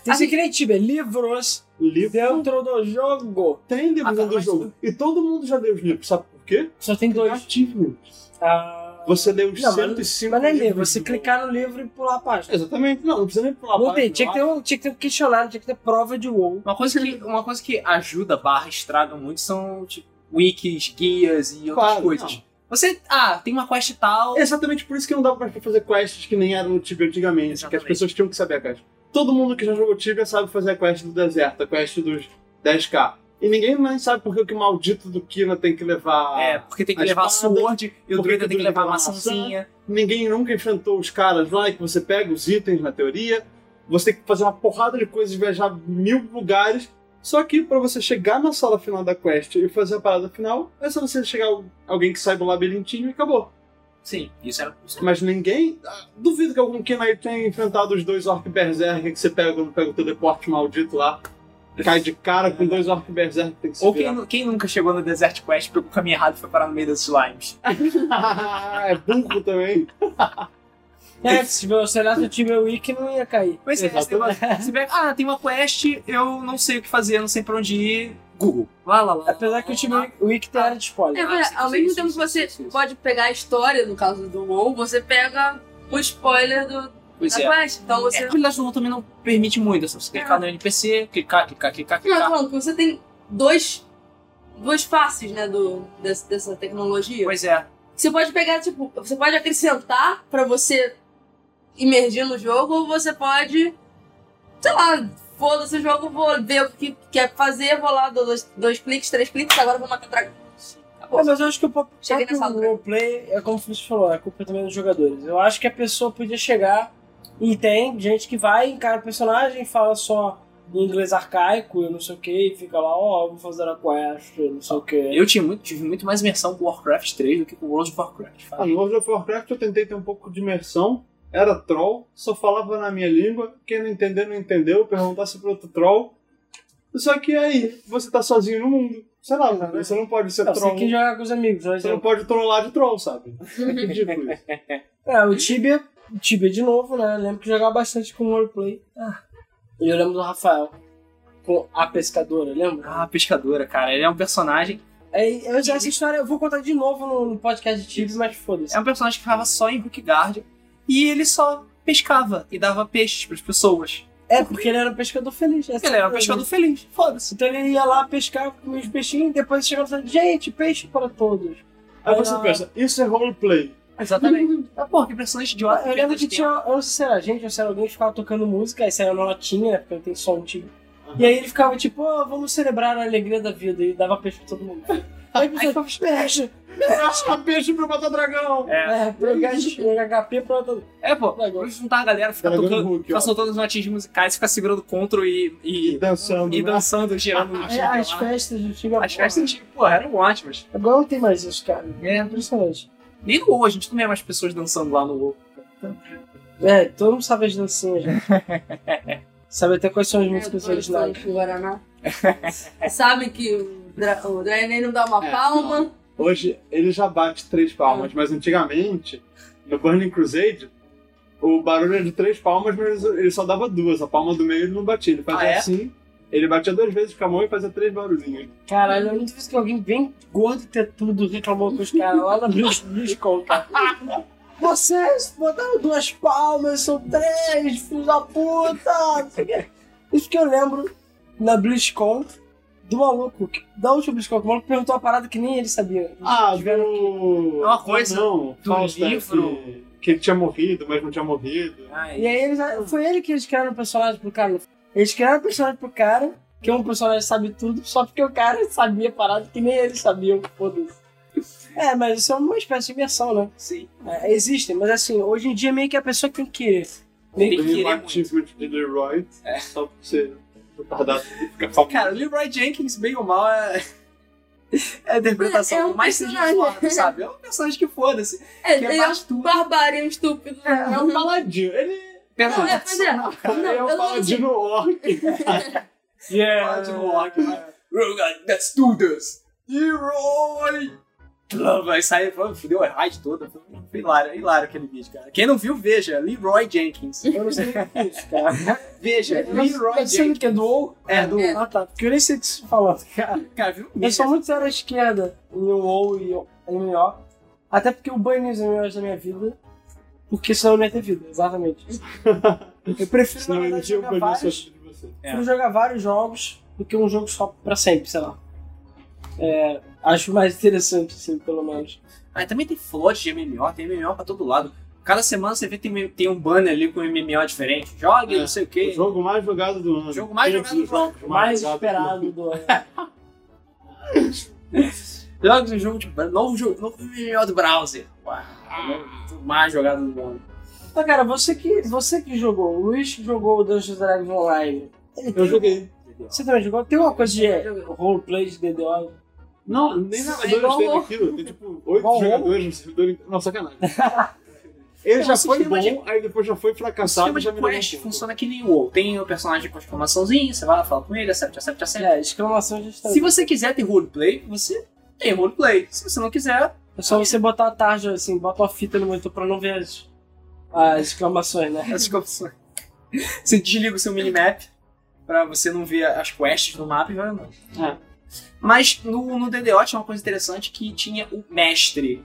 Speaker 1: Tem esse Assim que nem Tibia, livros
Speaker 4: Livro.
Speaker 1: dentro do jogo.
Speaker 4: Tem livro
Speaker 2: Ah,
Speaker 4: dentro do
Speaker 2: mas-
Speaker 4: jogo. E todo mundo já leu os livros, sabe por quê?
Speaker 1: Só tem
Speaker 4: Eu já
Speaker 1: dois.
Speaker 4: tive livro.
Speaker 1: Ah,
Speaker 4: Você lê os
Speaker 1: Não, mas-
Speaker 4: 105
Speaker 1: mas não é ler,
Speaker 4: livros
Speaker 1: você
Speaker 4: do-
Speaker 1: clicar no livro e pular a página.
Speaker 4: Exatamente, não, não precisa nem pular a
Speaker 1: Não tem,
Speaker 4: página
Speaker 1: tinha que,
Speaker 4: lá.
Speaker 1: ter um, tinha que ter um questionário, tinha que ter prova de WoW.
Speaker 2: Uma coisa que, uma coisa que ajuda, barra, estraga muito são tipo, wikis, guias e outras
Speaker 4: Claro,
Speaker 2: coisas.
Speaker 4: não.
Speaker 2: Você, ah, tem uma quest tal.
Speaker 1: um-
Speaker 4: É Exatamente por isso que não dava pra fazer quests que nem eram no Tibia antigamente, que as
Speaker 2: Exatamente.
Speaker 4: pessoas tinham que saber a quest. Todo mundo que já jogou Tibia sabe fazer a quest do deserto, a quest dos 10k. E ninguém mais sabe por que que o maldito do Kina tem que levar.
Speaker 2: É, porque tem que
Speaker 4: a
Speaker 2: levar
Speaker 4: espada,
Speaker 2: sword e o druida
Speaker 4: porque o
Speaker 2: tem que
Speaker 4: druida
Speaker 2: levar
Speaker 4: leva maçã.
Speaker 2: maçãzinha.
Speaker 4: Ninguém nunca enfrentou os caras lá e que você pega os itens na teoria. Você tem que fazer uma porrada de coisas, viajar mil lugares. Só que pra você chegar na sala final da quest e fazer a parada final, é só você chegar al- alguém que saiba o labirintinho e acabou.
Speaker 2: Sim, isso era. isso era-
Speaker 4: Mas ninguém. ah, Duvido que algum Kenai tenha enfrentado os dois Orc Berserk que você pega quando pega o teleporte maldito lá. Cai de cara com dois Orc Berserk que tem que se
Speaker 2: Ou quem,
Speaker 4: virar.
Speaker 2: nu- quem nunca chegou no Desert Quest, pegou o caminho errado e foi parar no meio das slimes.
Speaker 4: é burro também.
Speaker 1: É, se você olhar o Tibia Wiki, não ia cair.
Speaker 2: Mas é, você tem uma, você pega, ah, tem uma quest, eu não sei o que fazer, não sei pra onde ir. Google. Vai lá, lá. Ah,
Speaker 1: Apesar que o Tibia Wiki tem área de
Speaker 3: É,
Speaker 1: spoiler.
Speaker 3: mas
Speaker 2: sim,
Speaker 3: ao
Speaker 2: sim,
Speaker 3: mesmo
Speaker 2: sim,
Speaker 3: tempo que
Speaker 2: sim,
Speaker 3: você
Speaker 2: sim, sim.
Speaker 3: pode pegar a história, no caso do WoW, você pega o spoiler do,
Speaker 2: Pois
Speaker 3: da
Speaker 2: é.
Speaker 3: quest. Então
Speaker 2: É,
Speaker 3: você.
Speaker 2: a habilidade do WoW também não permite muito. É só você clicar no NPC, clicar, clicar, clicar,
Speaker 3: Não, eu tô
Speaker 2: clicar.
Speaker 3: falando que você tem dois. duas faces, né, do, dessa, dessa tecnologia.
Speaker 2: Pois é.
Speaker 3: Você pode pegar, tipo, você pode acrescentar pra você imergir no jogo, ou você pode, sei lá, foda-se o jogo, vou ver o que quer fazer, vou lá, dou dois, dois cliques, três cliques, agora vou matar dragão. Acabou.
Speaker 1: É, mas eu acho que o próprio
Speaker 3: Cheguei
Speaker 1: próprio
Speaker 3: nessa altura.
Speaker 1: roleplay é como o Felipe falou, é culpa também dos jogadores. Eu acho que a pessoa podia chegar e tem gente que vai, encara o personagem, fala só em inglês arcaico, eu não sei o que, e fica lá, ó, eu vou fazer a quest, eu não sei o que.
Speaker 2: Eu tinha muito, tive muito mais imersão com Warcraft 3 do que com World of Warcraft.
Speaker 4: Ah,
Speaker 2: fala.
Speaker 4: no World of Warcraft eu tentei ter um pouco de imersão. Era troll, só falava na minha língua. Quem não entender, não entendeu. Perguntasse pro outro é troll. Só que aí, você tá sozinho no mundo. Sei lá, mano, você não pode ser
Speaker 1: Não, você um
Speaker 4: troll.
Speaker 1: tem que um- jogar com os amigos, né? por
Speaker 4: Você não
Speaker 1: exemplo.
Speaker 4: tipo pode trollar de troll, sabe? É ridículo isso.
Speaker 1: É, o Tibia, Tibia de novo, né? Eu lembro que jogava bastante com roleplay. Ah. E eu lembro do Rafael. Com a pescadora, lembra?
Speaker 2: Ah, pescadora, cara. Ele é um personagem.
Speaker 1: Aí, é, eu já essa história, eu vou contar de novo no, no podcast de Tibia, mas foda-se.
Speaker 2: É um personagem que ficava só em Hookguard. E ele só pescava e dava peixes pras pessoas.
Speaker 1: É, porque ele era um pescador feliz. essa
Speaker 2: Ele era um
Speaker 1: coisa.
Speaker 2: pescador feliz. Foda-se.
Speaker 1: Então ele ia lá pescar com os peixinhos e depois chegava e falava, gente, peixe para todos.
Speaker 4: Aí você
Speaker 1: Ah.
Speaker 4: pensa, isso é roleplay.
Speaker 2: Exatamente. ah, porra, que personagem idiota.
Speaker 1: Eu lembro que
Speaker 2: Tem-
Speaker 1: tinha, eu não sei se era a gente ou se era alguém que ficava tocando música, aí saía uma notinha, né, porque não tem som antigo. E aí ele ficava tipo, "Ó, vamos celebrar a alegria da vida, e dava peixe pra todo mundo. Aí o pessoal ficava, peixe!
Speaker 4: Acha peixe pra matar dragão.
Speaker 2: É.
Speaker 1: É, pra ganhar HP pra todo
Speaker 2: É, pô.
Speaker 1: Negócio.
Speaker 2: Juntar a galera, ficar
Speaker 4: Dragão
Speaker 2: tocando,
Speaker 4: Hulk,
Speaker 2: ficar
Speaker 4: ó.
Speaker 2: soltando as notinhas musicais, ficar segurando o control e, e,
Speaker 4: E dançando.
Speaker 2: e
Speaker 4: né?
Speaker 2: dançando, girando.
Speaker 1: É,
Speaker 2: girando
Speaker 1: as
Speaker 2: lá.
Speaker 1: festas do time.
Speaker 2: As festas, tipo, porra, eram ótimas.
Speaker 1: Agora não tem mais isso, cara.
Speaker 2: É.
Speaker 1: Impressionante.
Speaker 2: Nem no WoW, a gente não vê mais pessoas dançando lá no WoW.
Speaker 1: É, todo mundo sabe as dancinhas, gente. sabe até quais são as
Speaker 3: Eu tô
Speaker 1: músicas originais.
Speaker 3: com o Guaraná. Sabe que o Dra- o Draenei não dá uma
Speaker 4: É,
Speaker 3: palma.
Speaker 4: Hoje ele já bate três palmas,
Speaker 2: É.
Speaker 4: mas antigamente, no Burning Crusade, o barulho era de três palmas, mas ele só dava duas. A palma do meio ele não batia. Ele fazia
Speaker 2: Ah, é?
Speaker 4: assim, ele batia duas vezes com a mão e fazia três barulhinhos.
Speaker 1: Caralho, eu não duvido que alguém bem gordo e tetudo reclamou com os caras lá na BlizzCon, cara. Vocês botaram duas palmas, são três, filhos da puta! não sei o quê. Isso que eu lembro na BlizzCon do maluco, que- da última BlizzCon, que o maluco perguntou uma parada que nem ele sabia.
Speaker 4: Ah,
Speaker 1: Tiveram-
Speaker 4: do...
Speaker 2: É uma coisa
Speaker 4: Não,
Speaker 2: do
Speaker 4: Falstaff,
Speaker 2: livro. Ah,
Speaker 4: Que, ele tinha morrido, mas não tinha morrido.
Speaker 1: E aí eles, foi ele que eles criaram o personagem pro cara. Eles criaram o personagem pro cara, que é um personagem que sabe tudo, só porque o cara sabia parada que nem eles sabiam, foda-se. É, mas isso é uma espécie de imersão, né?
Speaker 2: Sim.
Speaker 1: É, existem, mas assim, hoje em dia meio que a pessoa tem que.
Speaker 2: Tem que
Speaker 4: Teve
Speaker 2: querer
Speaker 4: um
Speaker 2: muito. É.
Speaker 4: achievement de Leroy, só pra você retardado ficar famoso.
Speaker 2: Cara, o Leroy Jenkins, bem ou mal, é... é a interpretação
Speaker 3: É um
Speaker 2: mais simplória,
Speaker 3: personagem.
Speaker 2: sabe? É um personagem que foda-se.
Speaker 3: É,
Speaker 2: Que
Speaker 3: ele
Speaker 2: é
Speaker 3: é
Speaker 2: mais
Speaker 3: um
Speaker 2: tudo.
Speaker 3: barbarian estúpido.
Speaker 4: É um paladino. Ele
Speaker 3: Não, é, pois é.
Speaker 4: cara,
Speaker 3: Não,
Speaker 4: é um
Speaker 3: eu não
Speaker 4: paladino orc.
Speaker 2: é
Speaker 1: Yeah.
Speaker 2: Pode rock, né? É. Rogan, let's do this! Leroy! Vai sair, pô, fudeu a raid toda. Foi hilário, é hilário aquele vídeo, cara. Quem não viu, veja. Leroy Jenkins.
Speaker 1: Eu não sei o que é isso, cara.
Speaker 2: Veja, Leroy
Speaker 1: Mas sabe o
Speaker 2: Jenkins.
Speaker 1: que é do WoW?
Speaker 2: É, do...
Speaker 3: É.
Speaker 1: Ah tá, porque eu nem sei o que você falou, cara.
Speaker 2: Cara, viu?
Speaker 1: Eu sou muito zero à esquerda em WoW e MMO. Até porque eu banho é os MMOs da minha vida. Porque senão eu não ia ter vida, exatamente. Eu prefiro, na
Speaker 4: Senão ele
Speaker 1: verdade,
Speaker 4: tinha um
Speaker 1: jogar
Speaker 4: banho
Speaker 1: vários,
Speaker 4: de você.
Speaker 1: prefiro jogar vários jogos do que um jogo só pra sempre, sei lá. É, acho mais interessante, assim, pelo menos.
Speaker 2: Ah, também tem flote de MMO, tem MMO pra todo lado. Cada semana você vê tem, tem um banner ali com MMO diferente. Jogue,
Speaker 4: É.
Speaker 2: não sei o
Speaker 4: O
Speaker 2: quê.
Speaker 4: jogo mais jogado do ano.
Speaker 2: O jogo mais
Speaker 4: Tem
Speaker 2: jogado
Speaker 4: os
Speaker 2: do ano.
Speaker 4: jogos
Speaker 1: Mais
Speaker 4: jogado do ano.
Speaker 1: esperado do ano.
Speaker 2: Jogue um jogo de ban- novo jogo, novo MMO do browser. Uau, novo- mais jogado do mundo.
Speaker 1: Tá, cara, você que, você que jogou, o Luiz que jogou o Dungeons Dragons Online.
Speaker 4: Eu joguei.
Speaker 1: Você também jogou? Tem uma coisa de
Speaker 3: Joguei.
Speaker 1: roleplay de DDO?
Speaker 4: Não, nem
Speaker 3: É
Speaker 4: jogadores
Speaker 3: igual
Speaker 4: teve
Speaker 3: o-
Speaker 4: aquilo. Tem tipo oito
Speaker 1: Igual o-
Speaker 4: jogadores no servidor. inteiro. Não, sacanagem. Ele já
Speaker 2: um
Speaker 4: foi bom,
Speaker 2: sistema de-
Speaker 4: aí depois já foi
Speaker 2: O
Speaker 4: fracassado.
Speaker 2: sistema de
Speaker 4: já virou
Speaker 2: quest
Speaker 4: um-
Speaker 2: funciona que nem o WoW. Tem o personagem com a exclamaçãozinha, você vai lá, fala com ele, acerta, acerta, acerta.
Speaker 1: É, exclamação de
Speaker 2: Se
Speaker 1: história.
Speaker 2: você quiser ter roleplay, você tem roleplay. Se você não quiser,
Speaker 1: É só você botar a tarja, assim, bota uma fita no monitor pra não ver as, as exclamações, né?
Speaker 2: as opções. Você desliga o seu minimap pra você não ver as quests no mapa e vai andando.
Speaker 1: É.
Speaker 2: Mas no, no DDO tinha uma coisa interessante que tinha o mestre,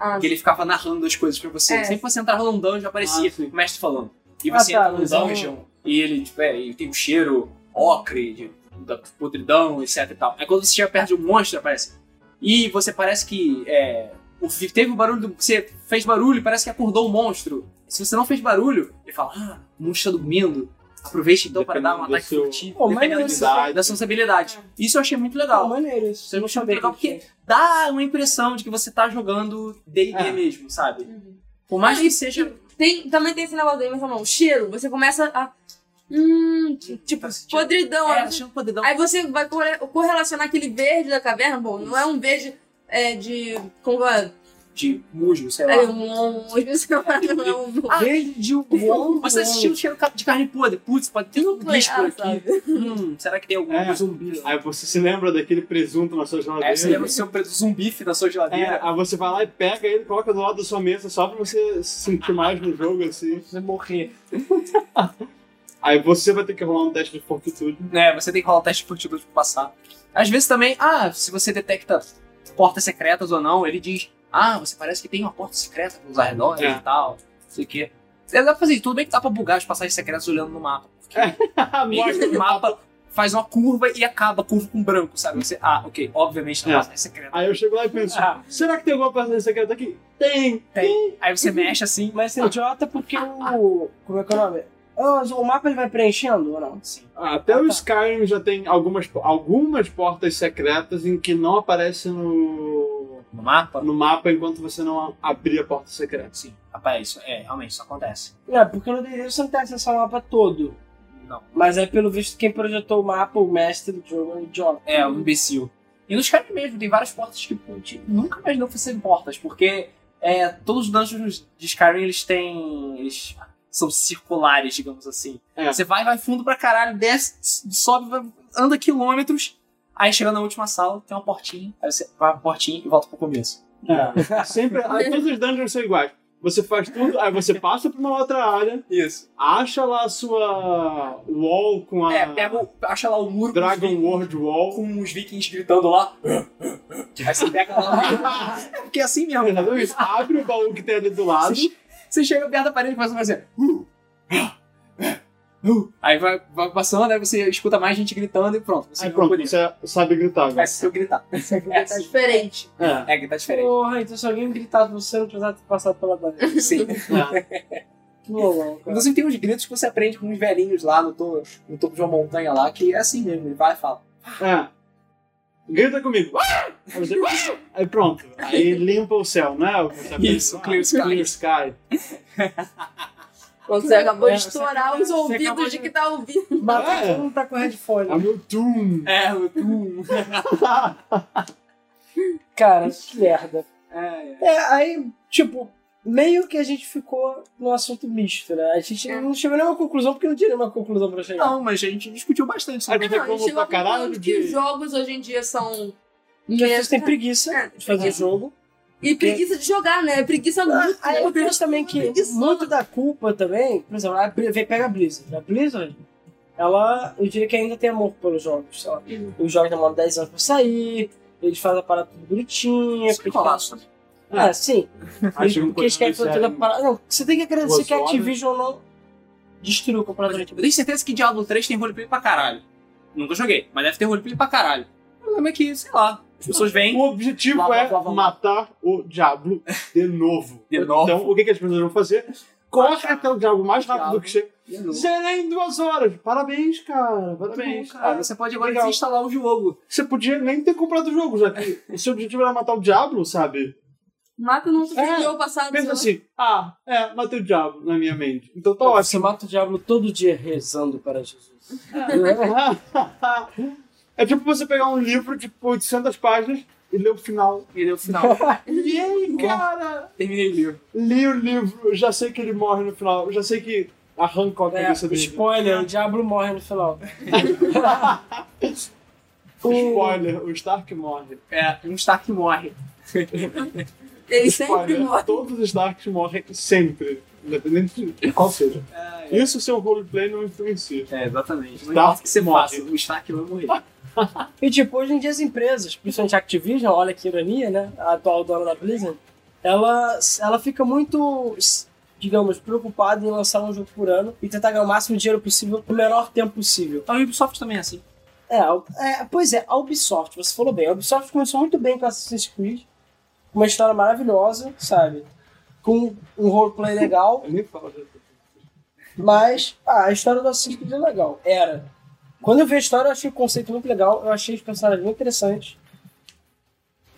Speaker 3: Ah,
Speaker 2: que ele ficava narrando as coisas pra você.
Speaker 3: É.
Speaker 2: Sempre que você entrava no dungeon, já aparecia
Speaker 4: Ah, sim.
Speaker 2: o mestre falando. E
Speaker 1: Ah,
Speaker 2: você
Speaker 1: tá,
Speaker 2: entra no
Speaker 1: mas é um-
Speaker 2: dungeon e ele tipo, é, e tem um cheiro ocre, de, da podridão, etc e tal. Aí quando você chega perto de um monstro, aparece. E você parece que é, o- teve o barulho do. Você fez barulho, parece que acordou o monstro. Se você não fez barulho, ele fala: Ah, o monstro está dormindo. Aproveite então para dar um
Speaker 4: Dependendo do
Speaker 2: ataque
Speaker 4: seu-
Speaker 2: furtivo.
Speaker 1: Pô, mas É.
Speaker 2: dependendo
Speaker 1: isso-
Speaker 2: de- da sua habilidade. Isso eu achei muito
Speaker 1: Pô,
Speaker 2: legal
Speaker 1: maneiro isso.
Speaker 2: Você
Speaker 1: Não
Speaker 2: não
Speaker 1: sabia
Speaker 2: legal
Speaker 1: que tinha.
Speaker 2: dá uma impressão de que você tá jogando D&D
Speaker 4: É.
Speaker 2: mesmo, sabe?
Speaker 3: Uhum.
Speaker 2: Por mais
Speaker 3: Ah,
Speaker 2: que
Speaker 3: e-
Speaker 2: seja...
Speaker 3: Tem, também tem esse negócio daí, mas não, o cheiro, você começa a. Hum, t- tipo, podridão.
Speaker 2: É,
Speaker 3: aí, você,
Speaker 2: achando podridão.
Speaker 3: aí você vai corre- correlacionar aquele verde da caverna. Bom, não é um verde é, de. Como é?
Speaker 2: de musgo, sei lá.
Speaker 3: É um monstro. Ah,
Speaker 2: Verde o
Speaker 1: Uou,
Speaker 2: Você assistiu cheiro de carne podre. Putz, pode ter um bicho por
Speaker 3: nuclear,
Speaker 2: aqui.
Speaker 3: sabe?
Speaker 2: Hum, será que tem algum
Speaker 4: É.
Speaker 2: zumbi?
Speaker 4: Aí você se lembra daquele presunto na sua geladeira.
Speaker 2: Aí você lembra do seu preto zumbife na sua
Speaker 4: É,
Speaker 2: geladeira.
Speaker 4: aí você vai lá e pega ele, coloca do lado da sua mesa só pra você se sentir mais no jogo, assim.
Speaker 2: Você morrer.
Speaker 4: Aí você vai ter que rolar um teste de fortitude.
Speaker 2: É, você tem que rolar o teste de fortitude pra passar. Às vezes também, ah, se você detecta portas secretas ou não, ele diz, ah, você parece que tem uma porta secreta nos arredores
Speaker 4: É.
Speaker 2: e tal, não sei o quê. Dá pra fazer, tudo bem que dá pra bugar as passagens secretas olhando no mapa.
Speaker 4: Mostra.
Speaker 2: o mapa faz uma curva e acaba a curva com branco, sabe? Você, ah, ok, obviamente não
Speaker 4: É.
Speaker 2: é. passagem secreta.
Speaker 4: Aí eu chego lá e penso,
Speaker 2: Ah.
Speaker 4: será que tem alguma passagem secreta aqui?
Speaker 1: Tem!
Speaker 2: Aí você mexe assim,
Speaker 1: Mas você é idiota porque o. Como é que é o nome? Ah, O mapa ele vai preenchendo ou não?
Speaker 2: assim.
Speaker 4: Ah, Até
Speaker 1: Ah,
Speaker 4: o
Speaker 1: tá.
Speaker 4: Skyrim já tem algumas, algumas portas secretas em que não aparece no,
Speaker 2: No mapa?
Speaker 4: no mapa enquanto você não abrir a porta secreta.
Speaker 2: Sim. Rapaz, isso, é, realmente, isso acontece.
Speaker 1: É, porque no DD você não tem acesso ao mapa todo.
Speaker 2: Não.
Speaker 1: Mas é pelo visto quem projetou o mapa, o mestre do jogo, é o idiota.
Speaker 2: É, um imbecil. E nos caras mesmo, tem várias portas que putz, nunca mais não fossem portas, porque é, todos os dungeons de Skyrim eles têm. Eles são circulares, digamos assim.
Speaker 4: É.
Speaker 2: Você vai, vai fundo pra caralho, desce, s- sobe, vai- anda quilômetros, aí chegando na última sala, tem uma portinha, aí você vai pra portinha e volta pro começo.
Speaker 4: Sempre, aí todos os dungeons são iguais. Você faz tudo, aí você passa pra uma outra área,
Speaker 2: Isso.
Speaker 4: acha lá a sua wall com a
Speaker 2: É, pega, o- acha lá o muro com os
Speaker 4: Dragon
Speaker 2: vi-
Speaker 4: World Wall.
Speaker 2: com os vikings gritando lá. aí você pega lá. é porque é assim mesmo.
Speaker 4: Exatamente. Abre o baú que tem ali do lado.
Speaker 2: Você, você chega perto da parede e começa a fazer. "Uh, ah, ah, uh". Aí vai, vai passando, aí você escuta mais gente gritando e pronto. Você
Speaker 4: Aí
Speaker 2: viu o
Speaker 4: pronto,
Speaker 2: bonito.
Speaker 4: você sabe gritar. agora.
Speaker 2: É se eu gritar.
Speaker 3: Tá diferente.
Speaker 4: É.
Speaker 2: É, gritar diferente.
Speaker 1: Porra, então se alguém gritasse você, não precisava ter passado pela barreira.
Speaker 2: Sim.
Speaker 4: é.
Speaker 1: Que louco, cara.
Speaker 2: Inclusive tem uns gritos que você aprende com uns velhinhos lá no topo, no topo de uma montanha lá, que é assim mesmo, ele vai e fala.
Speaker 4: É. Grita comigo. Ah! Aí você- Aí pronto. Aí limpa o céu, né? O que você aprende.
Speaker 2: Isso, clear
Speaker 4: Ah,
Speaker 2: sky.
Speaker 4: Clear sky.
Speaker 3: Quando você acabou
Speaker 1: É,
Speaker 3: de
Speaker 1: você
Speaker 3: estourar
Speaker 1: acabou-
Speaker 3: os
Speaker 1: você acabou
Speaker 3: ouvidos
Speaker 1: de-
Speaker 3: de que tá ouvindo.
Speaker 1: Mas
Speaker 4: É.
Speaker 1: todo mundo tá com headphone.
Speaker 4: É o meu Doom.
Speaker 2: É, tu.
Speaker 1: Cara, que merda.
Speaker 2: É, é.
Speaker 1: É, aí, tipo, meio que a gente ficou num assunto misto, né? A gente não chegou a nenhuma conclusão, porque não tinha nenhuma conclusão pra chegar.
Speaker 2: Não, mas a gente discutiu bastante
Speaker 4: Aí
Speaker 2: sobre
Speaker 4: tu
Speaker 3: Não, a gente
Speaker 4: reclamou
Speaker 3: chegou
Speaker 4: pra
Speaker 3: à conclusão
Speaker 4: caralho
Speaker 3: de que os
Speaker 4: de...
Speaker 3: jogos hoje em dia são.
Speaker 1: E as pessoas têm
Speaker 3: É,
Speaker 1: preguiça de fazer
Speaker 3: preguiça.
Speaker 1: jogo. Ah,
Speaker 3: E preguiça de jogar, né? Preguiça muito.
Speaker 1: Aí eu penso também que
Speaker 3: Preguiçoso.
Speaker 1: muito da culpa também, por exemplo, a Bri- vem- pega a Blizzard. A Blizzard, ela, eu diria que ainda tem amor pelos jogos. sei lá. Os jogos demoram 10 anos pra sair, eles fazem a parada tudo bonitinha.
Speaker 2: isso.
Speaker 1: porque-
Speaker 2: Colasso.
Speaker 4: É.
Speaker 1: Ah, sim.
Speaker 4: Aí
Speaker 1: Eles-
Speaker 4: chega um
Speaker 1: Porque eles querem fazer toda a
Speaker 4: pouquinho
Speaker 1: parada. Não, você tem que agradecer
Speaker 4: Duas
Speaker 1: que a
Speaker 4: horas.
Speaker 1: Activision não destruiu
Speaker 2: Eu
Speaker 1: completamente.
Speaker 2: tenho certeza que Diablo 3 tem roleplay pra caralho. Nunca joguei, mas deve ter roleplay pra caralho. O problema é que, sei lá, as pessoas vêm.
Speaker 4: O objetivo
Speaker 2: Lá, lá,
Speaker 4: é
Speaker 2: lá, lá, lá.
Speaker 4: matar o Diablo de novo.
Speaker 2: De novo.
Speaker 4: Então, o que, que as pessoas vão fazer? Corre até o Diablo mais rápido
Speaker 2: Diablo.
Speaker 4: do que chega. Zerei em duas horas. Parabéns, cara. Parabéns.
Speaker 2: cara. Ah, Você pode agora
Speaker 4: Legal.
Speaker 2: desinstalar o jogo.
Speaker 4: Você podia nem ter comprado o jogo, já que o seu objetivo era matar o Diablo, sabe?
Speaker 3: Mata
Speaker 1: Ah,
Speaker 3: não
Speaker 4: É,
Speaker 3: conseguiu passar
Speaker 4: Pensa
Speaker 3: do seu-
Speaker 4: assim, ah, é, matei o diabo na minha mente. Então tá
Speaker 1: Você
Speaker 4: ótimo.
Speaker 1: mata o diabo todo dia rezando para Jesus.
Speaker 4: É tipo você pegar um livro de 800 páginas e ler o final.
Speaker 2: E deu final.
Speaker 4: E aí, cara?
Speaker 2: Terminei o livro.
Speaker 4: Li o livro, já sei que ele morre no final, já sei que arrancou a
Speaker 1: É,
Speaker 4: cabeça dele.
Speaker 1: spoiler, o diabo morre no final.
Speaker 4: O spoiler, o Stark morre.
Speaker 2: É, um Stark morre.
Speaker 3: Ele sempre
Speaker 4: Spoiler,
Speaker 3: morre.
Speaker 4: todos os Starks morrem sempre, independente de qual seja. Isso seu roleplay não influencia.
Speaker 2: É, exatamente. Não
Speaker 4: Stark
Speaker 2: importa o que você
Speaker 4: morre.
Speaker 2: faça, Ah, o Stark vai morrer.
Speaker 1: E tipo, hoje em dia as empresas, principalmente a Activision, olha que ironia, né? A atual dona da Blizzard, ela, ela fica muito, s- digamos, preocupada em lançar um jogo por ano e tentar ganhar o máximo de dinheiro possível no menor tempo possível.
Speaker 2: A Ubisoft também é assim.
Speaker 1: É, a- é, pois é, a Ubisoft, você falou bem, a Ubisoft começou muito bem com Assassin's Creed, com uma história maravilhosa, sabe? Com um roleplay legal,
Speaker 4: Eu nem falo. já.
Speaker 1: Mas ah, a história do Assassin's Creed é legal. Era. Quando eu vi a história, eu achei o conceito muito legal. Eu achei os personagens muito interessantes.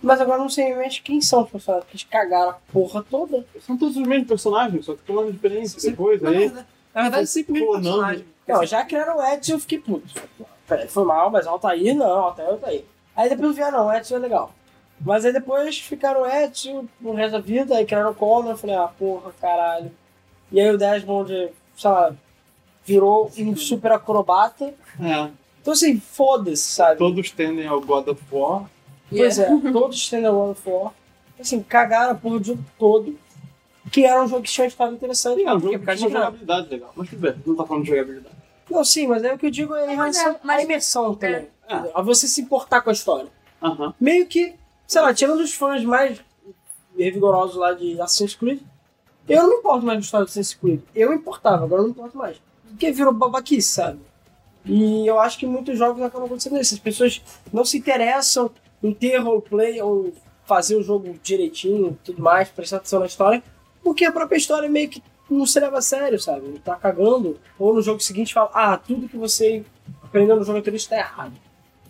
Speaker 1: Mas agora eu não sei mais quem são os personagens, porque eles cagaram a porra toda.
Speaker 4: São todos os mesmos personagens, só que tomando diferença
Speaker 2: Sempre-
Speaker 4: depois.
Speaker 2: na,
Speaker 4: Aí,
Speaker 2: verdade, na verdade, é sempre o mesmo
Speaker 4: Pô, não.
Speaker 2: personagem.
Speaker 1: Não, já criaram o Edson eu fiquei puto. Peraí, foi mal, mas Altair não, Altair é Altair. Aí depois vieram, não, Edson é legal. Mas aí depois ficaram é, tio, pro resto da vida, aí criaram Conan, eu falei, ah, porra, caralho. E aí o Desmond, sei lá, virou um super acrobata.
Speaker 4: É.
Speaker 1: Então assim, foda-se, sabe?
Speaker 4: Todos tendem ao God of War.
Speaker 1: Pois é, todos tendo World of War. Assim, cagaram a porra do jogo todo. Que era um jogo que tinha uma história interessante.
Speaker 4: É um
Speaker 1: porque
Speaker 4: jogo que tinha
Speaker 1: tinha-
Speaker 4: jogabilidade legal. Mas tudo bem, não tá falando de jogabilidade.
Speaker 1: Não, sim, mas é o que eu digo é em
Speaker 3: Mas é,
Speaker 1: relação à
Speaker 3: mas-
Speaker 1: imersão também.
Speaker 4: É. É.
Speaker 1: A você se importar com a história.
Speaker 4: Aham.
Speaker 1: Meio que, sei lá, tirando os fãs mais rigorosos lá de Assassin's Creed, eu não me importo mais com a história do Assassin's Creed. Eu me importava, agora eu não me importo mais. Porque virou babaquice, sabe? E eu acho que muitos jogos acabam acontecendo isso. As pessoas não se interessam em ter roleplay ou fazer o jogo direitinho e tudo mais, prestar atenção na história, porque a própria história meio que não se leva a sério, sabe? Ele tá cagando. Ou no jogo seguinte fala, ah, tudo que você aprendeu no jogo anterior está errado.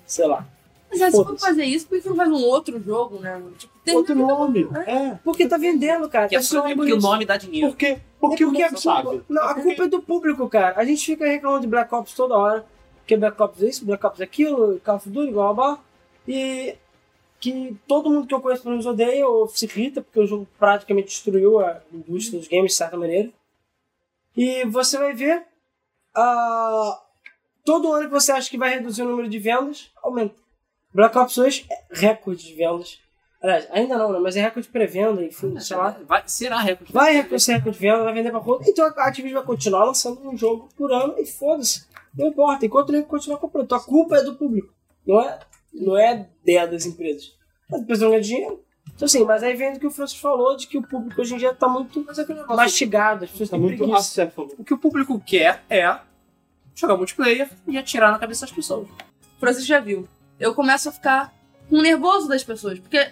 Speaker 1: Sei lá.
Speaker 3: Mas aí, se for
Speaker 1: Foda-se.
Speaker 3: fazer isso, por que você não faz um outro jogo, né? Tipo, tem
Speaker 4: Outro nome. É.
Speaker 1: Porque tá vendendo, cara.
Speaker 2: Que é
Speaker 1: Tá só
Speaker 2: porque o nome dá dinheiro.
Speaker 4: Por quê? Porque
Speaker 1: É
Speaker 4: o
Speaker 1: a
Speaker 4: mundo
Speaker 1: pessoa-
Speaker 4: sabe.
Speaker 1: Não, a culpa é do público, cara. A gente fica reclamando de Black Ops toda hora. Porque Black Ops é isso, Black Ops é aquilo, Call of Duty, blá, blá, blá. E que todo mundo que eu conheço pelo menos odeia ou se irrita, porque o jogo praticamente destruiu a indústria dos games, de certa maneira. E você vai ver... ah, todo ano que você acha que vai reduzir o número de vendas, aumenta. Black Ops 2 é recorde de vendas. Aliás, ainda não, né? Mas é recorde de pré-venda,
Speaker 2: É,
Speaker 1: enfim, sei lá.
Speaker 2: Vai, será recorde.
Speaker 1: Vai reconhecer a venda, vai vender pra conta. Então a Activision vai continuar lançando um jogo por ano e foda-se. Não importa, enquanto ele continuar comprando. Então a culpa é do público. Não é, não é ideia das empresas. As empresas não ganham dinheiro. Então assim, mas aí vem do que o Francis falou, de que o público hoje em dia tá muito
Speaker 2: Mas é aquele negócio.
Speaker 1: mastigado, as pessoas
Speaker 4: Tá
Speaker 1: têm
Speaker 4: muito
Speaker 1: preguiça.
Speaker 4: acéfalo.
Speaker 2: O que o público quer é jogar multiplayer e atirar na cabeça das pessoas.
Speaker 3: Francis já viu. Eu começo a ficar com nervoso das pessoas, porque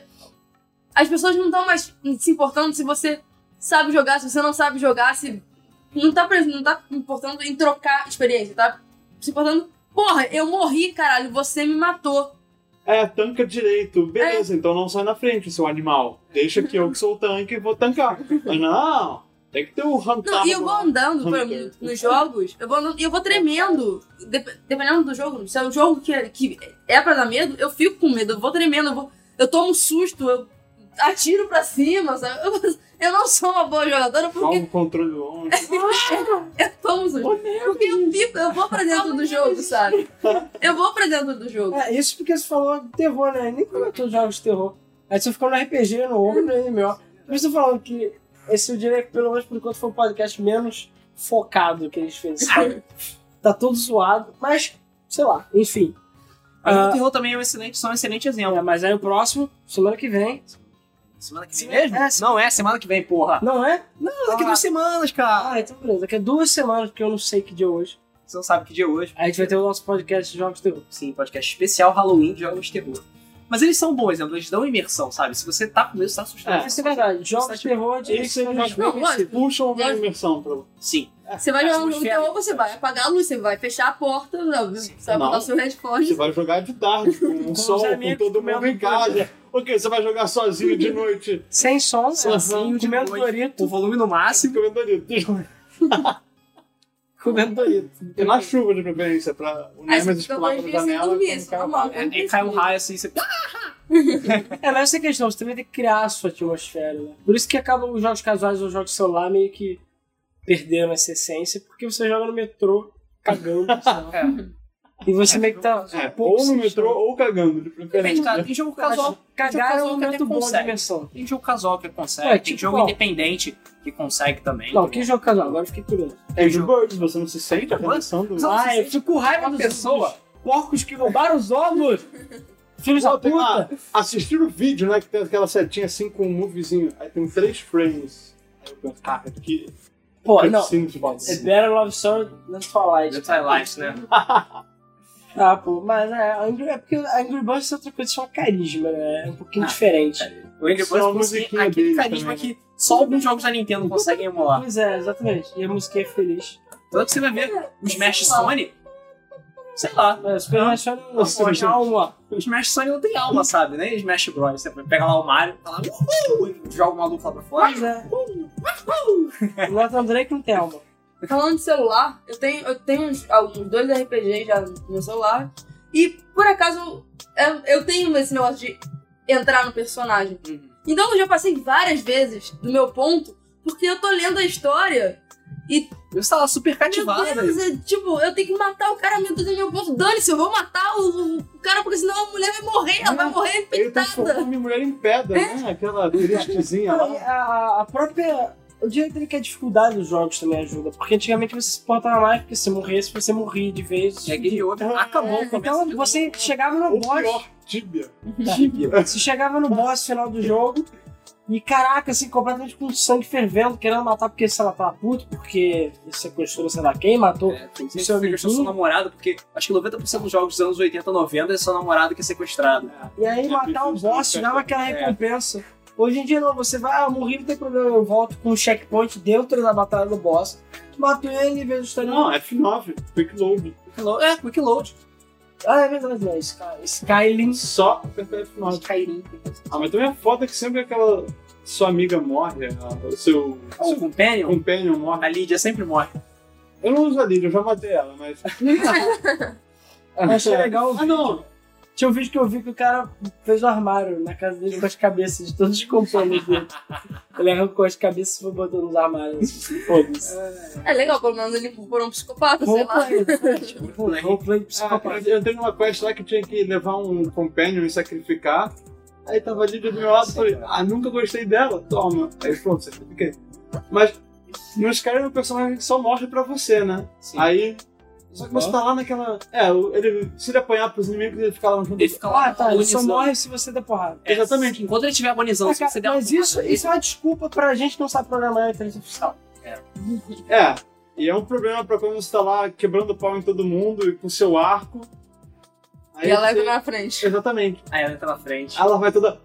Speaker 3: as pessoas não estão mais se importando se você sabe jogar, se você não sabe jogar, se não tá, pres- não tá importando em trocar experiência, tá se importando, porra, eu morri, caralho, você me matou.
Speaker 4: É, tanca direito. Beleza, então não sai na frente, seu animal. Deixa que eu que sou o tanque e vou tancar. Mas não, tem que ter o
Speaker 3: Não,
Speaker 4: rantar.
Speaker 3: e eu vou andando por-
Speaker 4: Hunter.
Speaker 3: nos jogos, eu vou andando, e eu vou tremendo, dep- dependendo do jogo, se é um jogo que é, que é pra dar medo, eu fico com medo, eu vou tremendo, eu, vou, eu tomo um susto, eu atiro pra cima, sabe? Eu, eu não sou uma boa jogadora porque
Speaker 4: Calma o um controle longe.
Speaker 3: Eu tomo um susto. Porque eu fico, eu vou pra dentro do jogo, sabe? Eu vou pra dentro do jogo.
Speaker 1: É, isso porque você falou de terror, né? Nem comentou jogos de terror. Aí você ficou no RPG, no outro, no MMO. Por isso eu tô falando que esse eu diria que, pelo menos por enquanto, foi o podcast menos focado que eles fez. sabe? tá todo zoado, mas, sei lá, enfim.
Speaker 2: Mas
Speaker 1: Ah.
Speaker 2: o terror também é um excelente, são um excelente exemplo.
Speaker 1: É, mas aí o próximo, semana que vem.
Speaker 2: Semana que vem mesmo?
Speaker 1: É,
Speaker 2: não é, semana que vem, porra.
Speaker 1: Não é?
Speaker 2: Não, daqui a duas semanas, cara.
Speaker 1: Ah, então beleza. Daqui a duas semanas, porque eu não sei que dia é hoje.
Speaker 2: Você não sabe que dia é hoje.
Speaker 1: A gente vai ter o nosso podcast de jogos de terror.
Speaker 2: Sim, podcast especial Halloween de jogos de terror. Mas eles são bons, né? Eles dão imersão, sabe? Se você tá com medo, você tá assustado.
Speaker 1: Isso é verdade. Jogos de terror de
Speaker 4: Isso é jogos-
Speaker 3: Não, lógico.
Speaker 4: Puxam uma imersão pra
Speaker 2: Sim.
Speaker 3: Você vai jogar um jogo de
Speaker 2: Atmosfera.
Speaker 3: terror, você vai apagar a luz, você vai fechar a porta, sabe? você vai
Speaker 4: Não.
Speaker 3: botar o seu
Speaker 4: Você
Speaker 3: headphone.
Speaker 4: vai jogar de tarde, com o
Speaker 1: os
Speaker 4: sol, com
Speaker 1: amigos,
Speaker 4: todo
Speaker 1: comendo
Speaker 4: mundo em casa. Ok, você vai jogar sozinho de noite.
Speaker 1: Sem som,
Speaker 2: Sozinho de
Speaker 1: comendo
Speaker 2: noite.
Speaker 1: Dorito.
Speaker 2: O volume no máximo.
Speaker 4: Comendo ali. desculpa.
Speaker 1: Comendo Dorito.
Speaker 4: Na chuva de preferência, pra o
Speaker 3: Aí você
Speaker 4: Nemesis
Speaker 3: fica
Speaker 4: pular
Speaker 3: dois
Speaker 4: pela
Speaker 3: dias sem
Speaker 4: janela.
Speaker 3: dormir,
Speaker 4: e
Speaker 3: isso
Speaker 4: colocar
Speaker 3: tá
Speaker 4: o
Speaker 3: mal.
Speaker 4: barco.
Speaker 2: É, e cai um raio assim, você.
Speaker 1: É, mas essa é a questão, você também tem que criar a sua atmosfera, né? Por isso que acabam os jogos casuais ou jogos de celular meio que perdendo essa essência, porque você joga no metrô cagando, sei lá.
Speaker 2: É.
Speaker 1: E você meio que tá.
Speaker 4: É,
Speaker 1: pouco
Speaker 4: ou no
Speaker 1: se
Speaker 4: metrô
Speaker 1: chama.
Speaker 4: ou cagando, de preferência.
Speaker 2: Depende, cara. Tem jogo casual.
Speaker 1: Cagar é um
Speaker 2: Jogo casual que até
Speaker 1: momento bom de
Speaker 2: consegue.
Speaker 1: diversão.
Speaker 2: Tem jogo casual que consegue.
Speaker 1: Ué,
Speaker 2: tem
Speaker 1: tipo
Speaker 2: jogo
Speaker 1: qual?
Speaker 2: independente que consegue também. tá
Speaker 1: Não, que jogo casual? Agora eu fiquei curioso.
Speaker 4: É de Birds, você não se sente a
Speaker 2: Quanto?
Speaker 4: condição do...
Speaker 2: Não, você
Speaker 1: Ah, eu
Speaker 2: sente
Speaker 1: fico com raiva
Speaker 2: uma
Speaker 1: dos
Speaker 2: pessoa.
Speaker 1: dos Porcos que roubaram os ovos! Filhos da
Speaker 4: Pô, tem lá,
Speaker 1: puta!
Speaker 4: assistir o vídeo, né? Que tem aquela setinha assim com um movezinho. Aí tem três frames. Aí eu penso, cara, que
Speaker 1: Pô, não.
Speaker 4: cutscene de
Speaker 1: É
Speaker 4: balde.
Speaker 1: Better Love Story than Twilight.
Speaker 2: The Twilight, né?
Speaker 1: Ah, pô, mas é, Angry, é porque Angry Birds é outra coisa, só carisma, né? É um pouquinho
Speaker 2: Ah,
Speaker 1: diferente.
Speaker 2: O Angry
Speaker 4: Só
Speaker 2: Birds
Speaker 4: a
Speaker 2: tem
Speaker 4: musiquinha
Speaker 2: aquele
Speaker 4: deles
Speaker 2: carisma
Speaker 1: né?
Speaker 4: também,
Speaker 2: que só alguns jogos da Nintendo conseguem emular.
Speaker 1: Pois é, exatamente. E a musiquinha é feliz.
Speaker 2: Tanto que você vai ver o Smash Sony. Sei lá.
Speaker 1: É, Super Mario Bros. não
Speaker 4: Nossa,
Speaker 1: pô,
Speaker 4: gente.
Speaker 1: calma.
Speaker 2: O Smash Sony não tem alma, sabe? Nem Smash Bros. Você pega lá o Mario, tá lá, uhul, e joga o maluco lá pra fora.
Speaker 1: Pois é. O Nathan Drake não tem alma.
Speaker 3: Falando de celular, eu tenho, eu tenho uns, alguns dois RPG já no meu celular. E por acaso eu, eu tenho esse negócio de entrar no personagem.
Speaker 4: Uhum.
Speaker 3: Então eu já passei várias vezes do meu ponto, porque eu tô lendo a história e,
Speaker 2: Eu estava super
Speaker 3: meu
Speaker 2: cativado.
Speaker 3: Deus, é, tipo, eu tenho que matar o cara, meu Deus, é meu ponto. Dane-se, eu vou matar o, o cara, porque senão a mulher vai morrer, ela vai morrer
Speaker 1: É
Speaker 4: Ele tá
Speaker 3: infectada.
Speaker 4: transformou minha mulher em pedra, né? Aquela tristezinha
Speaker 1: Não,
Speaker 4: lá.
Speaker 1: e a, a própria. Eu diria também que a dificuldade dos jogos também ajuda, porque antigamente você se portava mais, porque se morresse, você morria de vez.
Speaker 2: É game over. Acabou o começo
Speaker 1: Então
Speaker 2: do
Speaker 1: você
Speaker 2: jogo.
Speaker 1: chegava no
Speaker 4: Ou
Speaker 1: boss.
Speaker 4: pior, tíbia. É.
Speaker 2: Tíbia.
Speaker 1: Você chegava no boss final do jogo e caraca, assim, completamente com sangue fervendo, querendo matar porque sei lá, tava puto, porque você costuma, sei lá, quem matou.
Speaker 2: É, tem que
Speaker 1: Seu
Speaker 2: ser filho, sua
Speaker 1: amiguinho.
Speaker 2: namorada, porque acho que 90% dos jogos dos anos 80, 90 é sua namorada que é sequestrada.
Speaker 1: E aí
Speaker 4: É,
Speaker 1: matar o
Speaker 4: prefiro
Speaker 1: boss
Speaker 4: estar
Speaker 1: dava aquela
Speaker 2: perto.
Speaker 1: recompensa. Hoje em dia não, você vai, ah, eu morri, não tem problema, eu volto com um checkpoint dentro da batalha do boss. Mato ele em vez do estaria.
Speaker 4: Não, F9, Quick Load.
Speaker 2: Quick Load- É, quick load.
Speaker 1: Ah, é verdade, não, Sky, Skyrim.
Speaker 4: Só apertar F9.
Speaker 2: Skyrim.
Speaker 4: Ah, mas também é foda que sempre aquela sua amiga morre, a- o seu,
Speaker 2: O
Speaker 1: É
Speaker 4: seu
Speaker 2: Companion,
Speaker 4: companion
Speaker 2: a
Speaker 4: morre.
Speaker 2: Lídia sempre morre.
Speaker 4: Eu não uso a Lily, eu já matei ela, mas.
Speaker 1: Achei legal o
Speaker 4: Ah, não!
Speaker 1: Tinha um vídeo que eu vi que o cara fez um armário na casa dele com as cabeças de todos os companheiros dele. Ele arrancou as cabeças e foi botando nos armários. assim, Foda-se.
Speaker 3: É legal, pelo menos ele incorporou um psicopata, sei lá.
Speaker 1: Roleplay, né?
Speaker 2: Moleque.
Speaker 1: roleplay de
Speaker 4: Ah,
Speaker 1: psicopata.
Speaker 4: eu tenho uma quest lá que eu tinha que levar um companion e sacrificar. Aí tava ali do meu lado e falei, ah, nunca gostei dela, toma. Aí pronto, sacrifiquei. Mas no Skyrim é um personagem que só morre pra você, né?
Speaker 2: Sim.
Speaker 1: Ah,
Speaker 4: Aí. Só que você tá lá naquela. É, o- ele, se ele apanhar pros inimigos, ele fica lá junto.
Speaker 2: Ele fica lá
Speaker 1: Ah, tá, ele só
Speaker 2: agonizando.
Speaker 1: morre se você der porrada.
Speaker 2: É,
Speaker 4: Exatamente.
Speaker 2: Enquanto ele estiver agonizando,
Speaker 1: Ah,
Speaker 2: se
Speaker 1: cara,
Speaker 2: você der
Speaker 1: mas
Speaker 2: uma
Speaker 1: isso,
Speaker 2: porrada
Speaker 1: isso é uma desculpa pra gente não saber programar a inteligência artificial.
Speaker 4: É. E é um problema pra quando você tá lá quebrando pau em todo mundo e com seu arco. Aí
Speaker 3: E ela
Speaker 4: você-
Speaker 3: vai na frente.
Speaker 4: Exatamente.
Speaker 2: nele, aí ela entra na frente.
Speaker 4: Ela vai toda.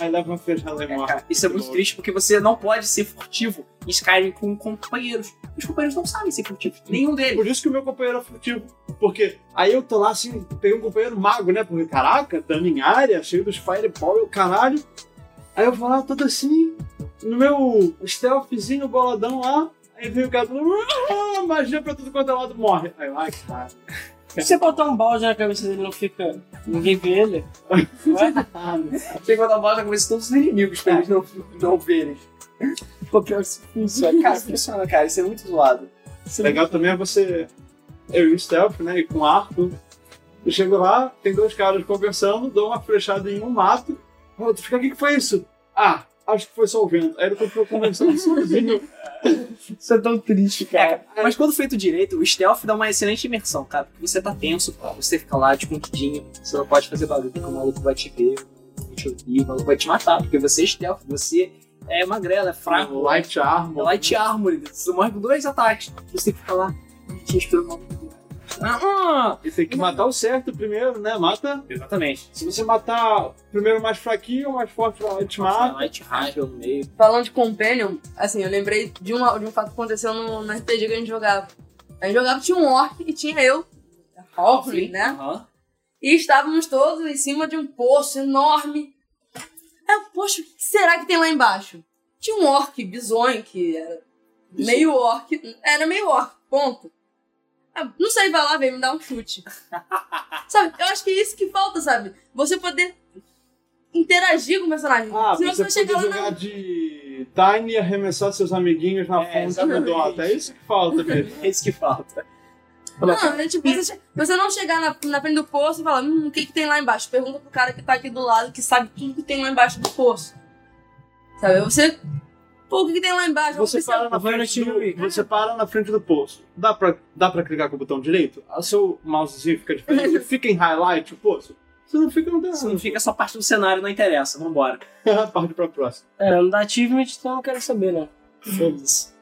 Speaker 4: Aí leva uma ferrada e
Speaker 2: É,
Speaker 4: morre.
Speaker 2: cara, isso é muito triste porque você não pode ser furtivo em Skyrim com companheiros. Os companheiros não sabem ser furtivos. Nenhum deles.
Speaker 4: Por isso que o meu companheiro é furtivo. Porque aí eu tô lá assim, peguei um companheiro mago, né? Porque caraca, dano em área, cheio dos fireball e o caralho. Aí eu vou lá todo assim, no meu stealthzinho boladão lá. Aí vem o cara todo. "Ah, Magia pra tudo quanto é lado morre. Aí eu, ai, cara.
Speaker 1: Se você botar um balde na cabeça dele não fica. ninguém vê ele. Não é?
Speaker 2: Ah, Tem que botar bola na cabeça de todos os inimigos pra
Speaker 4: É.
Speaker 2: eles não, não verem.
Speaker 1: Pô, pior que isso funciona.
Speaker 2: Cara, funciona, cara. Isso é muito zoado.
Speaker 4: O legal também é você. Eu e o stealth, né? E com arco. Eu chego lá, tem dois caras conversando, dou uma flechada em um mato. O outro fica, o que que foi isso? Ah, acho que foi só o vento. Aí ele continuou conversando sozinho.
Speaker 1: Isso é tão triste,
Speaker 2: É,
Speaker 1: cara.
Speaker 2: cara, mas quando feito direito, o stealth dá uma excelente imersão, cara. Porque você tá tenso, você fica lá escondidinho, você não pode fazer barulho, porque o maluco vai te ver, vai te ouvir, o maluco vai te matar, porque você é stealth, você é magrela, é fraco,
Speaker 4: Light
Speaker 2: é
Speaker 4: armor.
Speaker 2: light armor, você morre com dois ataques. Você fica lá, te esperando o maluco. Ah, ah!
Speaker 4: E tem que matar o certo primeiro, né? Mata.
Speaker 2: Exatamente.
Speaker 4: Se você matar primeiro o mais fraquinho, o mais forte vai lá e
Speaker 2: Ah.
Speaker 4: te mata.
Speaker 2: Light armor no meio.
Speaker 3: Falando de Companion, assim, eu lembrei de, uma, de um fato que aconteceu no, no RPG que a gente jogava. A gente jogava, tinha um orc e tinha eu, Halfling, né?
Speaker 2: Aham.
Speaker 3: E estávamos todos em cima de um poço enorme. Aí eu, poxa, o que será que tem lá embaixo? Tinha um orc bizonho, que era meio orc. Era meio orc, ponto. Ah, Não sei, vai lá, vem me dar um chute. sabe, eu acho que é isso que falta, sabe? Você poder interagir com o
Speaker 2: né?
Speaker 3: personagem.
Speaker 4: Ah,
Speaker 3: Senão
Speaker 4: você
Speaker 3: você vai chegar
Speaker 4: pode
Speaker 3: lá na...
Speaker 4: jogar de Tiny e arremessar seus amiguinhos na
Speaker 2: É,
Speaker 4: fonte do
Speaker 2: exatamente.
Speaker 4: Dota. É isso que falta mesmo.
Speaker 2: É isso que falta.
Speaker 3: Não, é tipo, você, che- você não chegar na, na frente do poço e falar, hum, o que, que tem lá embaixo? Pergunta pro cara que tá aqui do lado, que sabe tudo que tem lá embaixo do poço. Sabe, você. Pô, o que, que tem lá embaixo? Eu
Speaker 4: Você
Speaker 3: pensei,
Speaker 4: para, na
Speaker 1: Vai no
Speaker 4: frente
Speaker 1: Tirui.
Speaker 4: do, você para na frente do poço. Dá pra, dá pra clicar com o botão direito? O seu mousezinho fica diferente? Fica em highlight o poço? Se não fica, não tem
Speaker 2: Se não
Speaker 4: nada.
Speaker 2: fica essa parte do cenário, não interessa. Vambora.
Speaker 4: Parte pra próxima.
Speaker 1: É, não dá achievement, então eu não quero saber, né? Foda-se.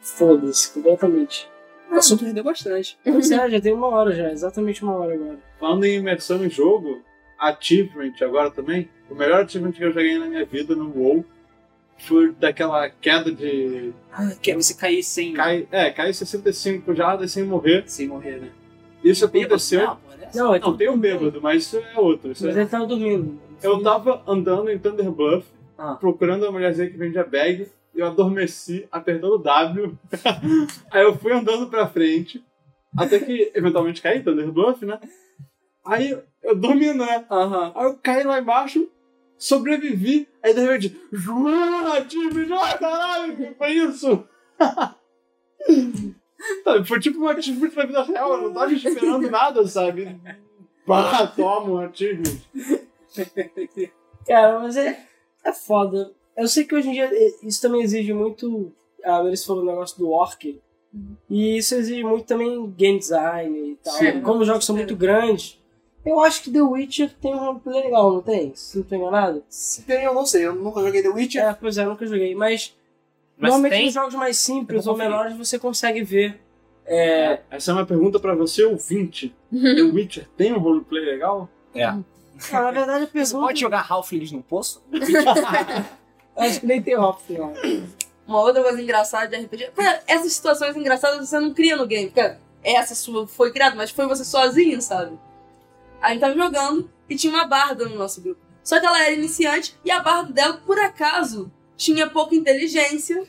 Speaker 1: Foda-se, completamente.
Speaker 2: O assunto rendeu bastante.
Speaker 1: Pois é, já tem uma hora já, exatamente uma hora agora.
Speaker 4: Falando em imersão em jogo, achievement agora também, o melhor achievement que eu joguei na minha vida no WoW foi daquela queda de.
Speaker 2: Ah, que é você cair sem,
Speaker 4: Cai, é, caiu 65 jardas sem morrer.
Speaker 2: sem morrer, né?
Speaker 4: Isso
Speaker 2: Bêbado,
Speaker 4: aconteceu.
Speaker 2: não, pô, né?
Speaker 1: Não, é
Speaker 4: Não, tem um bêbado, mas isso é outro. Isso
Speaker 1: Mas
Speaker 4: é...
Speaker 1: ele tava dormindo.
Speaker 4: Eu tava andando em Thunder Bluff,
Speaker 2: Ah.
Speaker 4: procurando a mulherzinha que vendia bag. Eu adormeci, apertando o W. Aí eu fui andando pra frente, até que eventualmente caí em Thunder Bluff, né? Aí eu eu dormi, né?
Speaker 2: é-
Speaker 1: Aham.
Speaker 4: Aí eu caí lá embaixo, sobrevivi, aí de repente, Joana, time, Joana, caralho, que foi isso? Sabe, foi tipo um achievement na vida real, eu não tava esperando nada, sabe? Pá, toma um achievement.
Speaker 1: Cara, mas é, é foda. Eu sei que hoje em dia eh, isso também exige muito. Ah, eles falaram do negócio do orc. E isso exige muito também game design e tal.
Speaker 2: Sim.
Speaker 1: Como os jogos são muito grandes, eu acho que The Witcher tem um roleplay legal, não tem? Se não tô enganado.
Speaker 2: Se tem, eu não sei. Eu nunca joguei The Witcher.
Speaker 1: É, pois é, nunca joguei. Mas,
Speaker 2: Mas
Speaker 1: normalmente
Speaker 2: tem.
Speaker 1: nos jogos mais
Speaker 2: Eu
Speaker 1: simples
Speaker 2: vou
Speaker 1: ou
Speaker 2: conferir.
Speaker 1: menores você consegue ver. É,
Speaker 4: Essa é uma pergunta pra você, ouvinte. The Witcher tem um roleplay legal?
Speaker 2: Ah,
Speaker 1: cara, na verdade a
Speaker 2: Você
Speaker 1: pergunta.
Speaker 2: pode jogar Halflings no poço? é
Speaker 1: Acho que nem tem option.
Speaker 2: né?
Speaker 1: lá.
Speaker 3: Uma outra coisa engraçada de RPG. Cara, essas situações engraçadas você não cria no game. Cara, essa sua foi criada, mas foi você sozinho, sabe? A gente tava jogando e tinha uma barda no nosso grupo. Só que ela era iniciante e a barda dela, por acaso, tinha pouca inteligência.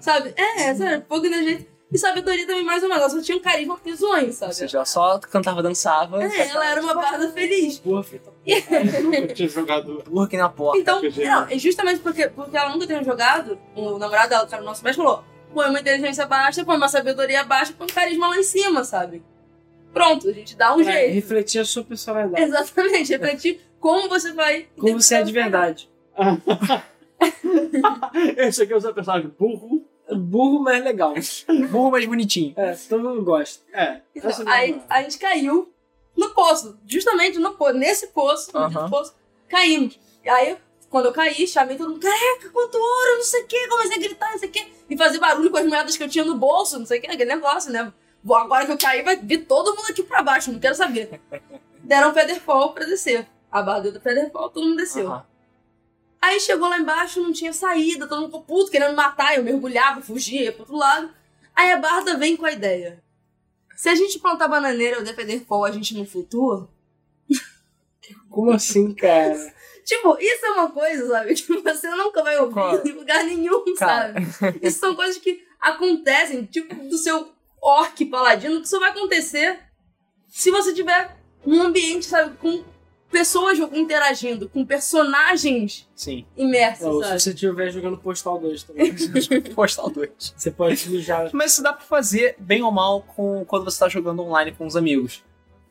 Speaker 3: sabe? É, sério, pouca inteligência. E sabedoria também, mais ou menos. Ela só tinha um carisma pisões,
Speaker 2: Ou
Speaker 3: sabe?
Speaker 2: seja, ela só cantava, dançava.
Speaker 3: é, ela era uma barda feliz.
Speaker 1: Porra, Fita.
Speaker 4: Eu nunca tinha jogado.
Speaker 2: Burro na porta.
Speaker 3: Então,
Speaker 4: RPG,
Speaker 3: não, é justamente porque, porque ela nunca tinha jogado, o namorado dela, que era o nosso mestre, falou: põe uma inteligência baixa, põe uma sabedoria baixa, põe um carisma lá em cima, sabe? Pronto, a gente dá um
Speaker 1: É,
Speaker 3: jeito.
Speaker 1: refletir a sua personalidade.
Speaker 3: Exatamente, refletir como você vai.
Speaker 1: Como você é de verdade.
Speaker 4: Esse aqui é o seu personagem burro.
Speaker 1: Burro, mas legal.
Speaker 2: Burro, mas bonitinho.
Speaker 1: É, todo mundo gosta.
Speaker 4: É.
Speaker 3: Então,
Speaker 4: essa é
Speaker 3: aí
Speaker 4: uma-
Speaker 3: a gente caiu no poço, justamente no poço, nesse poço,
Speaker 2: Aham.
Speaker 3: nesse poço, caímos. E aí, quando eu caí, chamei todo mundo, caraca, quanto ouro, não sei o que, comecei a gritar, não sei o que, e fazer barulho com as moedas que eu tinha no bolso, não sei o que, aquele negócio, né? Bom, agora que eu caí, vai vir todo mundo aqui pra baixo, não quero saber. Deram Featherfall pra descer. A barra deu do Featherfall, todo mundo desceu.
Speaker 2: Aham.
Speaker 3: Aí chegou lá embaixo, não tinha saída, todo mundo ficou puto, querendo me matar, eu mergulhava, fugia, ia pro outro lado. Aí a Barda vem com a ideia. Se a gente plantar bananeira ou defender pó, a gente não flutua?
Speaker 1: Como assim, cara?
Speaker 3: Tipo, isso é uma coisa, sabe? Que você nunca vai ouvir
Speaker 2: Cara.
Speaker 3: em lugar nenhum,
Speaker 2: Cara.
Speaker 3: sabe? Isso são coisas que acontecem, tipo do seu orc paladino, que só vai acontecer se você tiver um ambiente, sabe, com pessoas interagindo, com personagens
Speaker 2: Sim.
Speaker 3: imersos,
Speaker 1: Ou se
Speaker 3: sabe?
Speaker 1: você estiver jogando Postal 2 também.
Speaker 2: Postal 2.
Speaker 1: Você pode mijar.
Speaker 2: Mas isso dá pra fazer bem ou mal com, quando você tá jogando online com os amigos.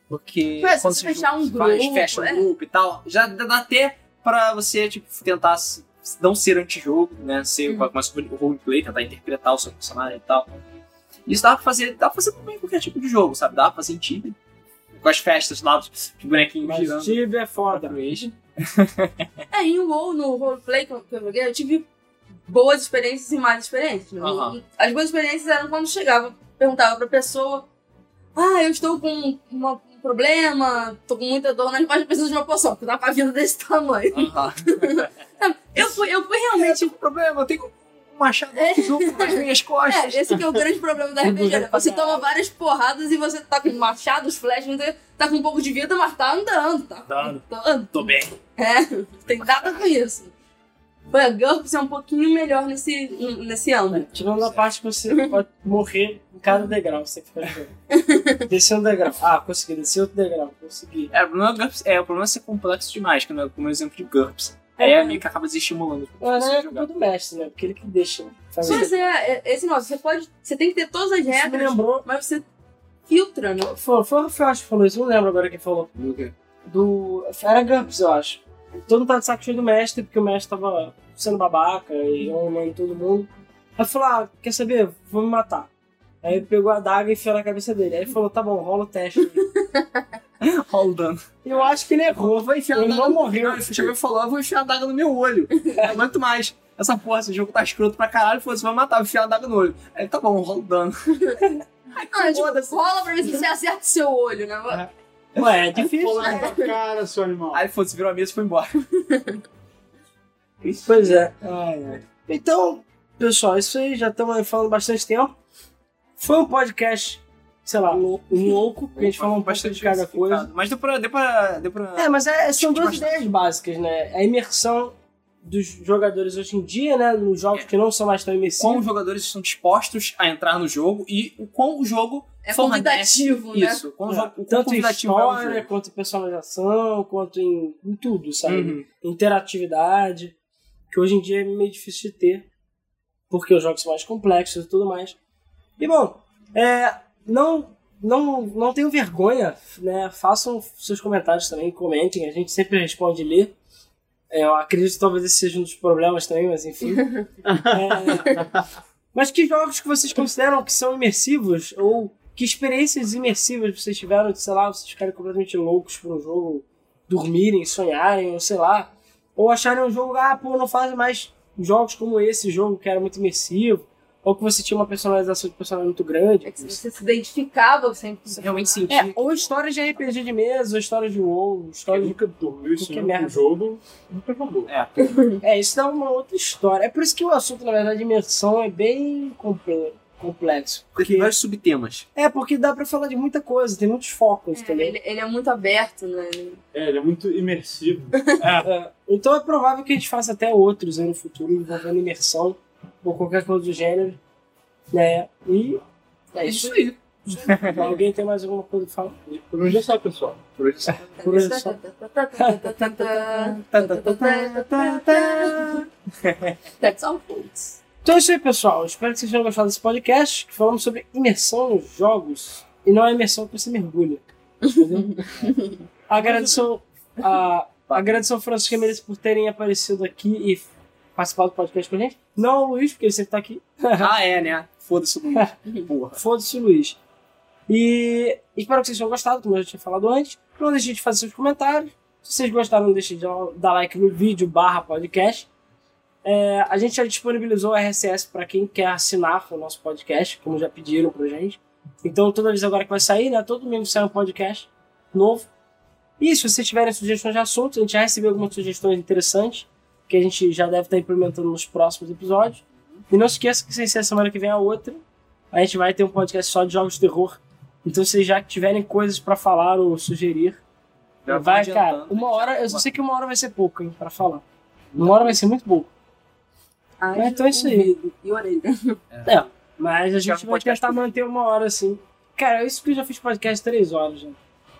Speaker 2: Porque
Speaker 3: Mas se
Speaker 2: quando
Speaker 3: você
Speaker 2: você
Speaker 3: fechar um
Speaker 2: faz,
Speaker 3: grupo,
Speaker 2: fecha um
Speaker 3: é.
Speaker 2: grupo e tal, já dá até pra você tipo, tentar se- não ser antijogo, né? Ser
Speaker 3: Uhum.
Speaker 2: uhum. mais roleplay, tentar interpretar o seu personagem e tal. Isso dá pra fazer, dá pra fazer também em qualquer tipo de jogo, sabe? Dá pra fazer em Tibia. Com as festas lá, os bonequinhos
Speaker 1: Mas
Speaker 2: girando.
Speaker 1: Tibia é foda.
Speaker 3: É, em WoW, no roleplay que eu que eu joguei, eu tive boas experiências e más experiências. né?
Speaker 2: Aham.
Speaker 3: As boas experiências eram quando chegava, perguntava pra pessoa: Ah, eu estou com uma- um problema, tô com muita dor nas costas, preciso de uma poção, porque eu tava com a vida desse tamanho.
Speaker 2: Aham.
Speaker 3: Eu fui, eu fui é,
Speaker 2: Eu
Speaker 3: realmente.
Speaker 2: tenho um problema, eu tenho um machado
Speaker 3: É.
Speaker 2: de jogo nas minhas
Speaker 3: É,
Speaker 2: costas.
Speaker 3: esse que é o grande problema da
Speaker 1: Eu
Speaker 3: RPG, né?
Speaker 1: duvido pra
Speaker 3: Você
Speaker 1: caralho.
Speaker 3: toma várias porradas e você tá com machados, flash, tá com um pouco de vida, mas tá andando, tá?
Speaker 2: Andando.
Speaker 3: andando.
Speaker 2: Tô bem.
Speaker 3: É, tem nada com isso. Bom, GURPS é um pouquinho melhor nesse, nesse âmbito.
Speaker 1: É, Tirando a parte que você pode morrer em cada degrau, você fica jogando. Descer um degrau. Ah, consegui. Descer outro degrau. Consegui.
Speaker 2: É, o problema, é GURPS, é, o problema é ser complexo demais, que não é como exemplo de GURPS. Aí
Speaker 1: Uhum.
Speaker 2: é meio que acaba desestimulando os
Speaker 1: Mas não
Speaker 2: professores
Speaker 1: é
Speaker 2: a jogar.
Speaker 1: culpa do mestre, né? Porque ele que deixa fazer.
Speaker 3: Pois é, é- esse negócio, você pode. Você tem que ter todas as
Speaker 1: Isso me
Speaker 3: regras,
Speaker 1: lembrou.
Speaker 3: mas você filtra, né?
Speaker 1: Foi, foi o Rafael acho que falou isso, não lembro agora quem falou. Do. Era GURPS, eu acho. Todo mundo tá de saco cheio do mestre, porque o mestre tava sendo babaca e arrumando todo mundo. Aí falou: ah, quer saber? Vou me matar. Aí ele pegou a adaga e enfiou na cabeça dele. Aí ele falou: tá bom, rola o teste.
Speaker 2: Rola o dano.
Speaker 1: Eu acho que ele errou, vai enfiar. Ele não morreu.
Speaker 2: Ele chegou e falou, eu vou enfiar a daga no meu olho. Não aguento mais. Essa porra, esse jogo tá escroto pra caralho, foda-se, vai matar, vou enfiar a daga no olho. Aí ele, tá bom, rola o dano.
Speaker 3: Ah, é tipo,
Speaker 2: foda-se.
Speaker 3: rola pra ver se você acerta o seu olho, né?
Speaker 1: Ué, é difícil.
Speaker 4: Pula na tua cara, seu animal.
Speaker 2: Aí foda-se, virou a mesa e foi embora.
Speaker 1: Pois é. Então, pessoal, isso aí já estamos falando bastante tempo. Foi um podcast, sei lá, louco, louco que a gente falou um bastante de cada coisa.
Speaker 2: Mas deu pra... Deu pra, deu pra...
Speaker 1: É, mas é- são duas
Speaker 2: Bastante.
Speaker 1: ideias básicas, né? A imersão dos jogadores hoje em dia, né? Nos jogos
Speaker 2: É.
Speaker 1: que não são mais tão
Speaker 2: Como
Speaker 1: imersivos.
Speaker 2: os jogadores estão dispostos a entrar no jogo e o quão o jogo
Speaker 3: É
Speaker 2: Forma
Speaker 3: convidativo, né?
Speaker 2: Isso, com o jogo- com o
Speaker 1: Tanto em
Speaker 2: convidativo é o
Speaker 1: história,
Speaker 2: jogo.
Speaker 1: quanto em personalização, quanto em, em tudo, sabe?
Speaker 2: Uhum.
Speaker 1: Interatividade, que hoje em dia é meio difícil de ter, porque os jogos são mais complexos e tudo mais. E bom, é, não, não, não tenham vergonha, né? Façam seus comentários também, comentem, a gente sempre responde e lê. É, eu acredito que talvez esse seja um dos problemas também, mas enfim. É, mas que jogos que vocês consideram que são imersivos? Ou que experiências imersivas vocês tiveram, de, sei lá, vocês ficarem completamente loucos por um jogo, dormirem, sonharem, ou sei lá. Ou acharem um jogo, ah, pô, não fazem mais jogos como esse jogo que era muito imersivo. Ou que você tinha uma personalização de personagem muito grande.
Speaker 3: É que você se identificava sempre com o
Speaker 2: Você
Speaker 3: seu
Speaker 2: realmente
Speaker 3: personagem.
Speaker 2: sentir.
Speaker 1: É, ou histórias de RPG de mesa, ou histórias de WoW,
Speaker 4: Eu
Speaker 1: histórias de
Speaker 4: nunca dormiu isso
Speaker 1: Que
Speaker 4: em
Speaker 1: merda.
Speaker 4: um jogo, nunca jogou.
Speaker 2: É,
Speaker 1: É, isso é uma outra história. É por isso que o assunto, na verdade, de imersão é bem comple- complexo.
Speaker 2: porque...
Speaker 1: Porque...
Speaker 2: vários subtemas.
Speaker 1: É, porque dá pra falar de muita coisa, tem muitos focos tá
Speaker 3: É,
Speaker 1: também.
Speaker 3: ele, ele é muito aberto, né?
Speaker 4: É, ele é muito imersivo.
Speaker 1: É, então é provável que a gente faça até outros aí no futuro envolvendo imersão ou qualquer coisa do gênero. Né? E é isso.
Speaker 2: aí.
Speaker 1: Alguém tem mais alguma coisa pra falar?
Speaker 4: Por hoje é só, pessoal.
Speaker 2: Por hoje só.
Speaker 1: Por hoje é só.
Speaker 3: Tá,
Speaker 1: Tá,
Speaker 3: That's all, folks.
Speaker 1: Então é isso aí, pessoal. Espero que vocês tenham gostado desse podcast que falamos sobre imersão nos jogos. E não é imersão que você mergulha. Entendeu? agradeço, a, agradeço ao Francisco Ramirez por terem aparecido aqui e participado do podcast com a gente. Não ao Luiz, porque ele sempre tá aqui.
Speaker 2: Ah, é, né? Foda-se o mundo. Porra.
Speaker 1: Foda-se, Luiz. E espero que vocês tenham gostado, como eu já tinha falado antes. Não deixem de fazer seus comentários. Se vocês gostaram, não deixem de dar like no vídeo barra podcast. É, a gente já disponibilizou o RSS para quem quer assinar o nosso podcast, como já pediram pra gente. Então, toda vez agora que vai sair, né? Todo domingo sai um podcast novo. E se vocês tiverem sugestões de assuntos, a gente já recebeu algumas sugestões interessantes, que a gente já deve estar implementando nos próximos episódios. E não se esqueça que sem ser a semana que vem a outra, a gente vai ter um podcast só de jogos de terror. Então, se vocês já tiverem coisas pra falar ou sugerir,
Speaker 2: Já
Speaker 1: vai,
Speaker 2: vou
Speaker 1: cara.
Speaker 2: adiantando,
Speaker 1: Uma
Speaker 2: já
Speaker 1: hora, eu
Speaker 2: vou-
Speaker 1: só sei que uma hora vai ser pouco, hein, pra falar. Uma hora vai ser muito pouco.
Speaker 3: Ai,
Speaker 1: então é isso aí.
Speaker 3: ouvido E orelha.
Speaker 1: Mas a
Speaker 2: Já
Speaker 1: gente
Speaker 2: um
Speaker 1: vai
Speaker 2: podcast
Speaker 1: tentar
Speaker 2: por-
Speaker 1: manter uma hora assim. Cara, isso que eu já fiz podcast três horas, já.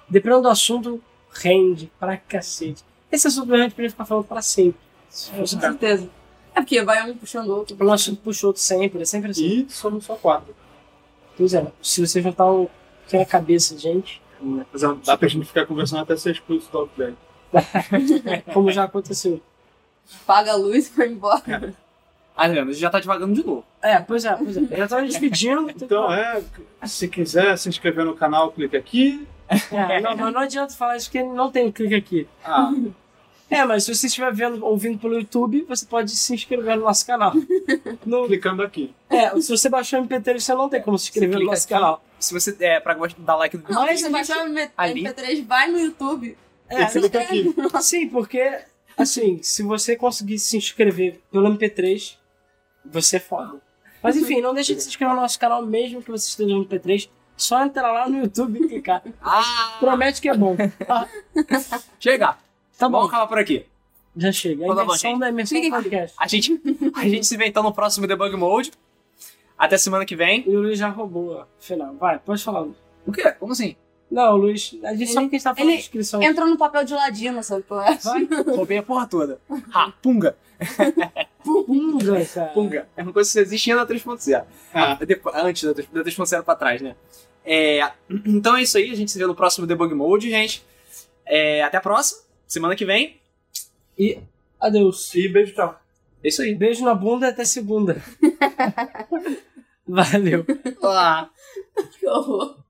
Speaker 1: Dependendo do assunto, rende pra cacete. Esse assunto a gente podia ficar falando pra sempre. Se fosse
Speaker 3: Com
Speaker 1: o cara.
Speaker 3: certeza. É porque vai um puxando o outro.
Speaker 1: O nosso assunto puxa outro sempre, é sempre assim.
Speaker 4: E somos só quatro.
Speaker 1: Pois é, se você juntar o que é a cabeça, gente,
Speaker 4: Mas é, dá pra gente ficar conversando até ser expulso do Outback.
Speaker 1: é como já aconteceu.
Speaker 3: Paga a luz e vai embora.
Speaker 2: Ah, Leandro, já tá devagando de novo.
Speaker 1: É, pois é, pois é. Eu já tava despedindo. tá?
Speaker 4: Então, é, se quiser se inscrever no canal, clique aqui.
Speaker 1: É, não, mas não adianta falar isso porque não tem clique aqui.
Speaker 4: Ah,
Speaker 1: É, mas se você estiver vendo, ouvindo pelo YouTube, você pode se inscrever no nosso canal. No-
Speaker 4: clicando aqui.
Speaker 1: é, se você baixou o MP3, você não tem como se inscrever no
Speaker 2: clica
Speaker 1: nosso
Speaker 2: aqui.
Speaker 1: canal.
Speaker 2: Se você é pra gostar, dá like no vídeo.
Speaker 3: Não,
Speaker 1: Mas é-
Speaker 3: você
Speaker 1: a
Speaker 3: baixar o
Speaker 2: ali-
Speaker 3: MP3, vai no YouTube.
Speaker 1: É,
Speaker 4: e clica aqui.
Speaker 1: sim, porque, assim, se você conseguir se inscrever pelo MP3, você é foda. Mas enfim, não deixe de se inscrever no nosso canal mesmo que você esteja no MP3. Só entrar lá no YouTube e clicar.
Speaker 2: Ah!
Speaker 1: Promete que é bom.
Speaker 2: Chega!
Speaker 1: Tá
Speaker 2: Vamos
Speaker 1: bom,
Speaker 2: acabar por aqui.
Speaker 1: já chega. A
Speaker 2: Então tá bom,
Speaker 1: imersão
Speaker 2: gente.
Speaker 1: da imersão
Speaker 3: Clica aqui.
Speaker 1: podcast.
Speaker 2: A gente, a gente se vê então no próximo Debug Mode. Até semana que vem.
Speaker 1: E o Luiz já roubou, afinal. Vai, pode falar, Luiz.
Speaker 2: O quê? Como assim?
Speaker 1: Não, Luiz, a gente só
Speaker 3: Ele-
Speaker 1: porque a gente tá falando de
Speaker 3: ele é
Speaker 1: inscrição.
Speaker 3: Entrou no papel de ladino, sabe qual é?
Speaker 1: Vai,
Speaker 2: Roubei a porra toda. Ha, punga.
Speaker 1: punga, cara.
Speaker 2: Punga. É uma coisa que só existia na 3.0.
Speaker 4: Ah.
Speaker 2: Depo- Antes da 3 da 3.0 pra trás, né? É, então é isso aí. A gente se vê no próximo Debug Mode, gente. É, até a próxima. Semana que vem.
Speaker 1: E adeus.
Speaker 4: E beijo, tchau.
Speaker 2: É isso aí.
Speaker 1: Beijo na bunda e até segunda. Valeu.
Speaker 2: Olá.
Speaker 3: Que horror.